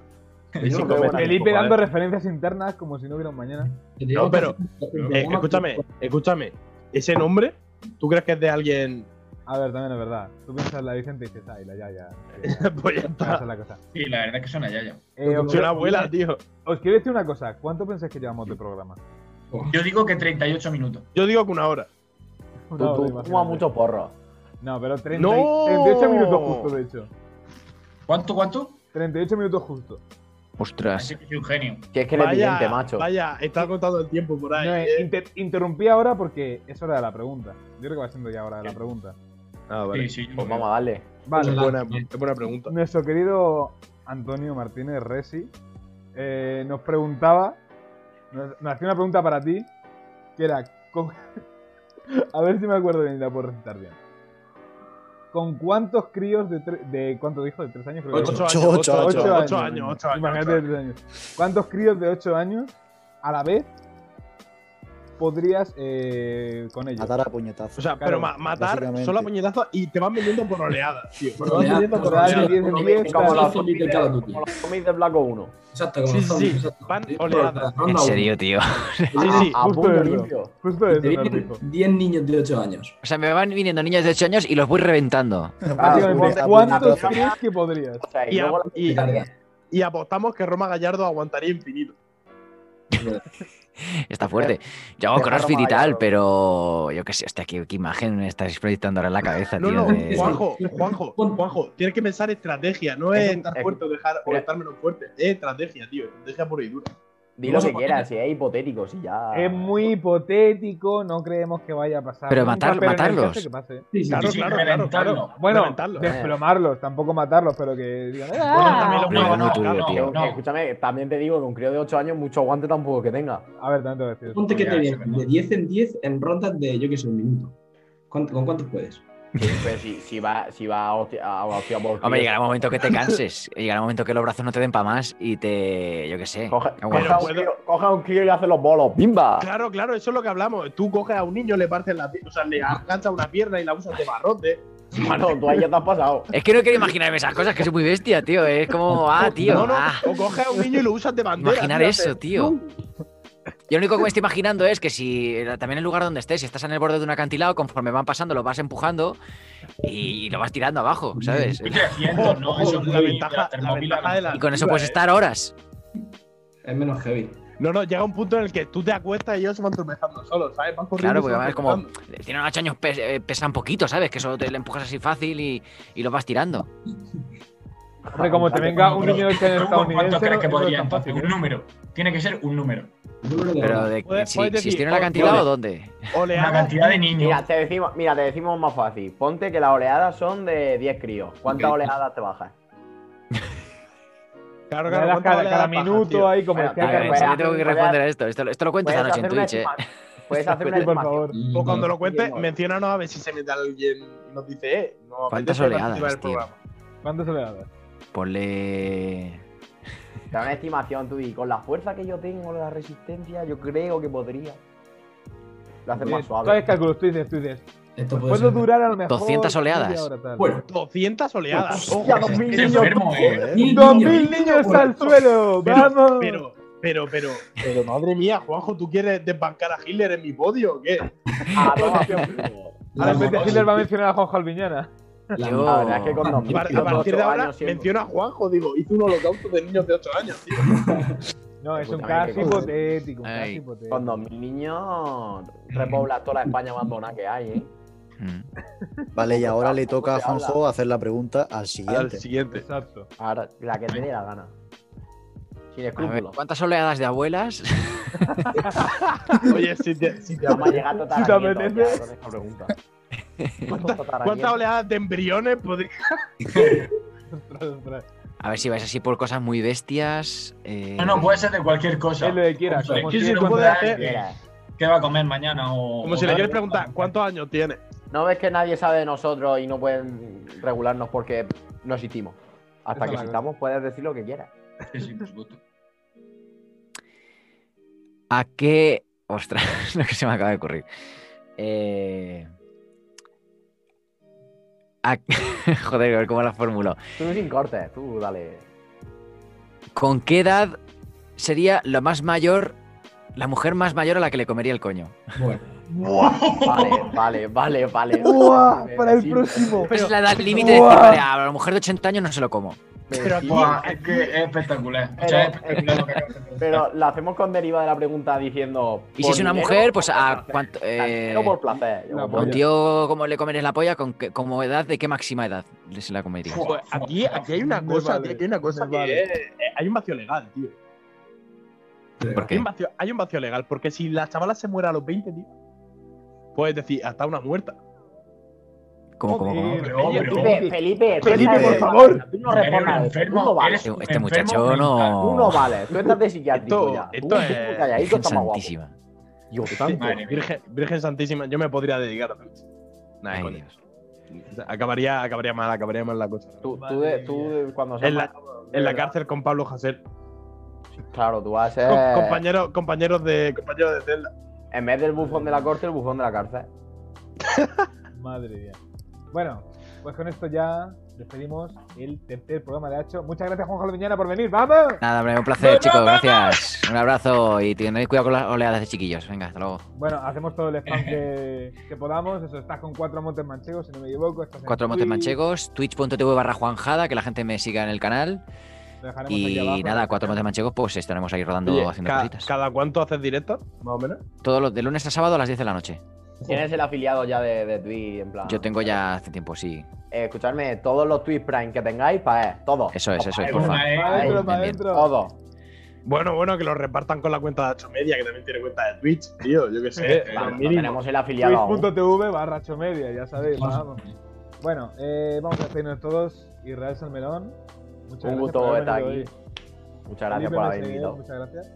Y no sí, veo come buena- Felipe tampoco, ¿eh? dando ¿vale? referencias internas como si no hubiera un mañana. Que te No, digo pero, que- eh, escúchame, escúchame. Ese nombre, ¿tú crees que es de alguien? [LAUGHS] A ver, también es verdad. Tú piensas la Vicente y dices, ay, la Yaya. que ya, pues ya esa está. es la [LAUGHS] cosa. Sí, la verdad es que suena ya ya. Eh, os, Soy quiero, una abuela, tío. os quiero decir una cosa. ¿Cuánto pensáis que llevamos de programa? Yo digo que 38 minutos. Yo digo que una hora. Tú, Una hora, tú, imagínate. fumas mucho porro. No, pero 30, ¡No! 38 minutos justo, de hecho. ¿Cuánto, cuánto? 38 minutos justo. Ostras. Así que soy un genio. Que es que eres vidente, macho. vaya, está contando el tiempo por ahí. No, eh, eh. inter- interrumpí ahora porque es hora de la pregunta. Yo creo que va siendo ya hora de la pregunta. Ah, vale. Sí, sí, yo Pues no- vamos a darle. Vale, Es buena, es buena pregunta. Nuestro querido Antonio Martínez Resi eh, nos preguntaba, nos, nos hacía una pregunta para ti, que era, con- [LAUGHS] a ver si me acuerdo bien y la puedo recitar bien. ¿Con cuántos críos de, tre- de cuánto dijo? ¿De tres años? Creo que Ocho. Ocho años, Ocho, ocho ocho, años, ocho ocho años, ocho años. Imagínate de tres años. ¿Cuántos críos de 8 años a la vez podrías eh, con ellos? Matar a puñetazos. O sea, Claro, pero ma- matar básicamente. solo a puñetazos y te van vendiendo por oleadas, tío. Te van oleadas, vendiendo por por Dale, oleadas. oleadas. 10 en 10, Como dale. los sí, sí, zombies claro, tú, de- tío. como los zombies de Black 1. Exacto, como Sí, los sí, zombies, sí. exacto. Van Sí, oleadas. por- En ronda serio, [LAUGHS] tío. Sí, sí. A justo puño eso. limpio. Justo uno. eso Te nos vienen dijo. 10 niños de 8 años. O sea, me van viniendo niños de 8 años y los voy reventando. Básicamente, a ¿Cuántos puñetazos. crees que podrías? O sea, y Y, a- luego la- y- y apostamos que Roma Gallardo aguantaría infinito. Está fuerte. Yo hago Te agarro crossfit y mal, tal, claro. pero yo qué sé, hostia, qué, qué imagen me estás proyectando ahora en la cabeza, No, tío. no, de- Juanjo, Juanjo, Juanjo, tienes que pensar estrategia, no Es es un- estar es- fuerte o dejar o mira. estar menos fuerte, es estrategia, tío, estrategia pura y dura. Di lo Vamos a que quieras, si es hipotético, si ya. Es muy hipotético, no creemos que vaya a pasar. Pero nunca, pero matar- en el matarlos. caso que pase. Sí, sí, Claro, sí, claro, claro, reventarlo. claro. Bueno, Reventarlo. desplomarlos, tampoco matarlos, pero que digan. "Ah". Bueno, también lo No, puedo- no, tú, tío. Pero, no. Escúchame, también te digo que un crío de 8 años, mucho aguante tampoco que tenga. A ver, tanto decir. Ponte que te Ya, vienen de 10 en 10 en rondas de, yo qué sé, un minuto. ¿Cuánto- ¿Con cuántos puedes? Pero si, si va, si va a hostia, a hostia por Hombre, crío. llegará un momento que te canses. [LAUGHS] llegará un momento que los brazos no te den para más y te. Yo qué sé. Coge, te coge a aguantas. un crío, coge a un crío y hace los bolos. ¡Pimba! Claro, claro, eso es lo que hablamos. Tú coges a un niño, le partes la pierna, o sea, le enganchas una pierna y la usas de barrote. Mano, tú ahí ya te has pasado. Es que no quiero imaginarme esas cosas, que soy muy bestia, tío. Es [LAUGHS] como, ah, tío. No, no, ah, o coges a un niño y lo usas de bandera. imaginar tío, eso, hace- tío. Yo lo único que me estoy imaginando es que si eh, también el lugar donde estés, si estás en el borde de un acantilado, conforme van pasando, lo vas empujando y lo vas tirando abajo, ¿sabes? Mm. Estoy creciendo, ¿no? Eso es la muy- ventaja- la Thermomix, ventaja de la- Y con eso puedes estar horas. Es menos heavy. No, no, llega un punto en el que tú te acuestas y ellos se van tropezando solos, ¿sabes? Van corriendo. Claro, y se porque van además como tropezando. tienen 8 años, pes- eh, pesan poquito, ¿sabes? Que solo te le empujas así fácil y, y los vas tirando. Hombre, como te Date venga como un Pero, niño que es ¿tú ¿Cuánto estadounidense. no- crees que no es podría tan entonces? fácil, Un ¿eh? número. Tiene que ser un número. Yo creo que Pero de, Puedes- si, puedes si estoy en el decir, acantilado, "Ole". ¿dónde? Una Oleadas cantidad de niños. [LAUGHS] Mira te, decimos, mira, te decimos más fácil. Ponte que las oleadas son de 10 críos. ¿Cuántas Ok. oleadas te bajas? Cada- Claro, claro, ¿cuántas cada, cada oleadas bajas, tío? minuto ahí como Bueno, el que tío, haga- Yo pues, tengo que puedes- responder a esto. Esto, esto lo cuento esta noche en hacer una Twitch, eh. estima- [LAUGHS] Puedes hacer una Sí, por estimación. favor. Y- O cuando lo cuentes, Bien, menciónanos a ver si se mete alguien y nos dice, eh, no ¿Cuántas apetece participar oleadas, del tío? programa. ¿Cuántas oleadas? Ponle... Te da una estimación, tú di, con la fuerza que yo tengo, la resistencia, yo creo que podría. Lo haces Eh, más Tú haces suave. cálculos, tú dices, tú dices. Esto puede Puedo ser- durar a lo mejor. 200 oleadas. media hora, tal. Bueno, 200 oleadas. Ojo, Hostia, 2000 Qué niños. enfermo, eh. mil ¡Dos niños. mil niños Bueno, al suelo! ¡Vamos! Pero, pero, pero, pero, pero, madre mía, Juanjo, ¿tú quieres desbancar a Hitler en mi podio o qué? [LAUGHS] Ah, toma. Ahora en vez de La- Hitler va a mencionar a Juanjo Alviñana. [LAUGHS] la- Yo- La verdad es que con A A 2000 par- tío, A partir de ocho ahora, años siendo- menciona a Juanjo, digo, hizo un holocausto de niños de 8 años, tío. No, es un Escúchame, caso que con- hipotético. Un caso Ay. hipotético. Con 2000 niños repoblas toda la España abandonada que hay, ¿eh? Mm. Vale, y ahora le toca a Tampoco se habla. Juanjo hacer la pregunta al Al siguiente. Este. siguiente. Exacto. Ahora, la que te dé la gana. Sin A ver, escrúpulos. ¿cuántas oleadas de abuelas? [LAUGHS] Oye, si te, si te Vamos a llegar total Si te a nietos ya apetece. con esta pregunta. ¿Cuántas, Total a cuántas nietos. oleadas de embriones podría Ostras, ostras. A ver si vais así por cosas muy bestias. eh, No, no, puede ser de cualquier cosa. Es lo que quiera, Hombre, como ¿quién si se tú le ocurre puedes a hacer- alguien Mira, ¿Qué va a comer mañana o.? Como o si le tal? quieres preguntar, ¿cuántos años tiene? ¿No ves que nadie sabe de nosotros y no pueden regularnos porque no existimos? Esa Hasta que es la existamos puedes decir lo que quieras. Sí, sí, por supuesto. ¿A qué. Ostras, [LAUGHS] lo que se me acaba de ocurrir. Eh, a- [LAUGHS] Joder, a ver cómo la formulo. Tú sin cortes, tú dale. ¿Con qué edad sería lo más mayor, la mujer más mayor a la que le comería el coño? Bueno, [LAUGHS] Vale, vale, vale, vale. ¡Buah! Me Para el decís- próximo. Esa es la edad límite de decir, Buah. vale, a la mujer de 80 años no se lo como. me Pero decís- Buah, es que es espectacular. O sea, es espectacular lo que acabas de hacer. Pero la hacemos con deriva de la pregunta diciendo. Y si por es una dinero mujer, o pues por a placer. cuánto. eh, Dinero por placer. la yo- a un polla. tío, ¿cómo le comerías la polla? ¿Con qué, ¿Como edad? ¿De qué máxima edad le- se la comerías? Buah, Pues aquí, aquí hay una Me cosa, vale, tío, aquí hay una cosa me que vale. es- eh, hay un vacío legal, tío. ¿Por Hay qué? un, vacío, hay un vacío legal, porque si la chavala se muere a los 20, tío, puedes decir, hasta una muerta. ¿Cómo, cómo, cómo? Hombre, Oye, hombre, Felipe, Felipe, Felipe, Felipe, suéltate, por favor. Tú no respondes. Eres a un eso, tú no enfermo, vales. eres un Este enfermo muchacho mental. no. Tú no vales. Tú estás de psiquiátrico Esto- ya. Tú, esto tú es- calladito, Virgen está más guapo. santísima. Dios santo. Madre mía. Virgen, Virgen Santísima, yo me podría dedicar a Twitch. Nah, Ay, coño. Dios. acabaría, acabaría mal, acabaría mal la cosa. Tú, tú, Madre de- tú de- cuando En la- mayor, de Eh. En la verdad, cárcel con Pablo Hasél. Claro, tú vas a ser. Com- compañero- compañeros de compañeros de celda. En vez del bufón de la corte, el bufón de la cárcel. Madre mía. Bueno, pues con esto ya despedimos el tercer programa de Hacho. Muchas gracias, Juanjo Alviñana, por venir. ¡Vamos! Nada, hombre, un placer, chicos. Gracias. Un abrazo y tened cuidado con las oleadas de chiquillos. Venga, hasta luego. Bueno, hacemos todo el spam [LAUGHS] que, que podamos. Eso, estás con cuatro montes manchegos, si no me equivoco. estás en Cuatro montes Twitch, manchegos, twitch.tv barra Juanjada, que la gente me siga en el canal. lo dejaremos aquí abajo. ¿eh? Y nada, cuatro montes manchegos, pues estaremos ahí rodando Oye, haciendo ca- cositas. ¿Cada cuánto haces directo? Más o menos. Todos los de lunes a sábado a las 10 de la noche. Tienes el afiliado ya de, de Twitch, en plan. Yo tengo ya hace tiempo, sí. Eh, escuchadme, todos los Twitch Prime que tengáis, para él. Todos. Eso es, eso es, Ay, porfa. bueno, eh. Para adentro, para Bien, bien. adentro. Todos. Bueno, bueno, que lo repartan con la cuenta de 8 Media, que también tiene cuenta de Twitch, tío. Yo [LAUGHS] qué sé. Eh, Vale, lo Vale, mínimo. tenemos el afiliado. aún. Twitch.tv barra Hacho media, ya sabéis, Vamos. vamos. Bueno, eh, vamos a despedirnos todos. Israel Salmerón. Muchas Un gracias gusto por haber estar venido aquí. Muchas gracias Felipe por me haber seguido, invitado. Muchas gracias.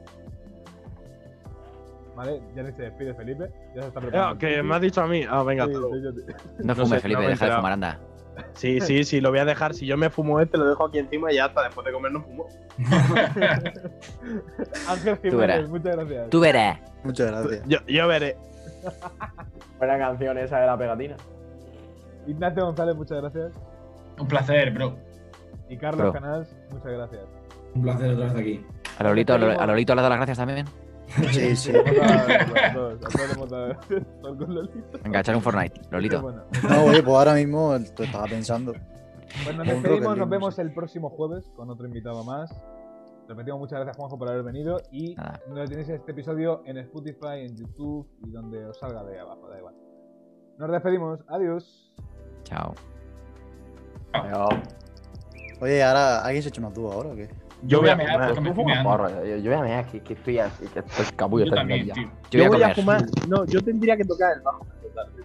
Vale, ya ni se despide Felipe. Ya se está Ah, preparando. que me has dicho a mí. Ah, venga, hasta luego. No sé, fumes, no Felipe, me he deja de enterado. fumar, anda. Sí, sí, sí, lo voy a dejar. Si yo me fumo este, lo dejo aquí encima y ya hasta después de comer no fumo. Ángel Jiménez, verás. muchas gracias. Tú verás. Muchas gracias. Yo, yo veré. Buena canción esa de la pegatina. Ignacio González, muchas gracias. Un placer, bro. Y Carlos Bro. Canals, muchas gracias. Un placer otra vez aquí. A Lolito, a Lolito le has dado las gracias también. [LAUGHS] Sí, sí. A todos, a todos hemos dado- todo con Lolito. Venga, echar un Fortnite, Pero Lolito. bueno. No, oye, pues ahora mismo te estaba pensando. Pues nos Con un despedimos, Rocket nos League, vemos no sé. el próximo jueves con otro invitado más. Repetimos muchas gracias Juanjo por haber venido y Nada. no tenéis este episodio en Spotify, en YouTube y donde os salga de abajo, da igual. Nos despedimos, adiós. Chao. Ah, Yo- Oye, ahora alguien se ha hecho una duda ahora o qué? Yo voy a mear porque tú me estoy fumas meando. porro, Yo, yo voy a mear, que, que estoy así, que estoy capullo. Yo estoy también, meando. tío. Yo voy a voy a comer. fumar. No, yo tendría que tocar el bajo.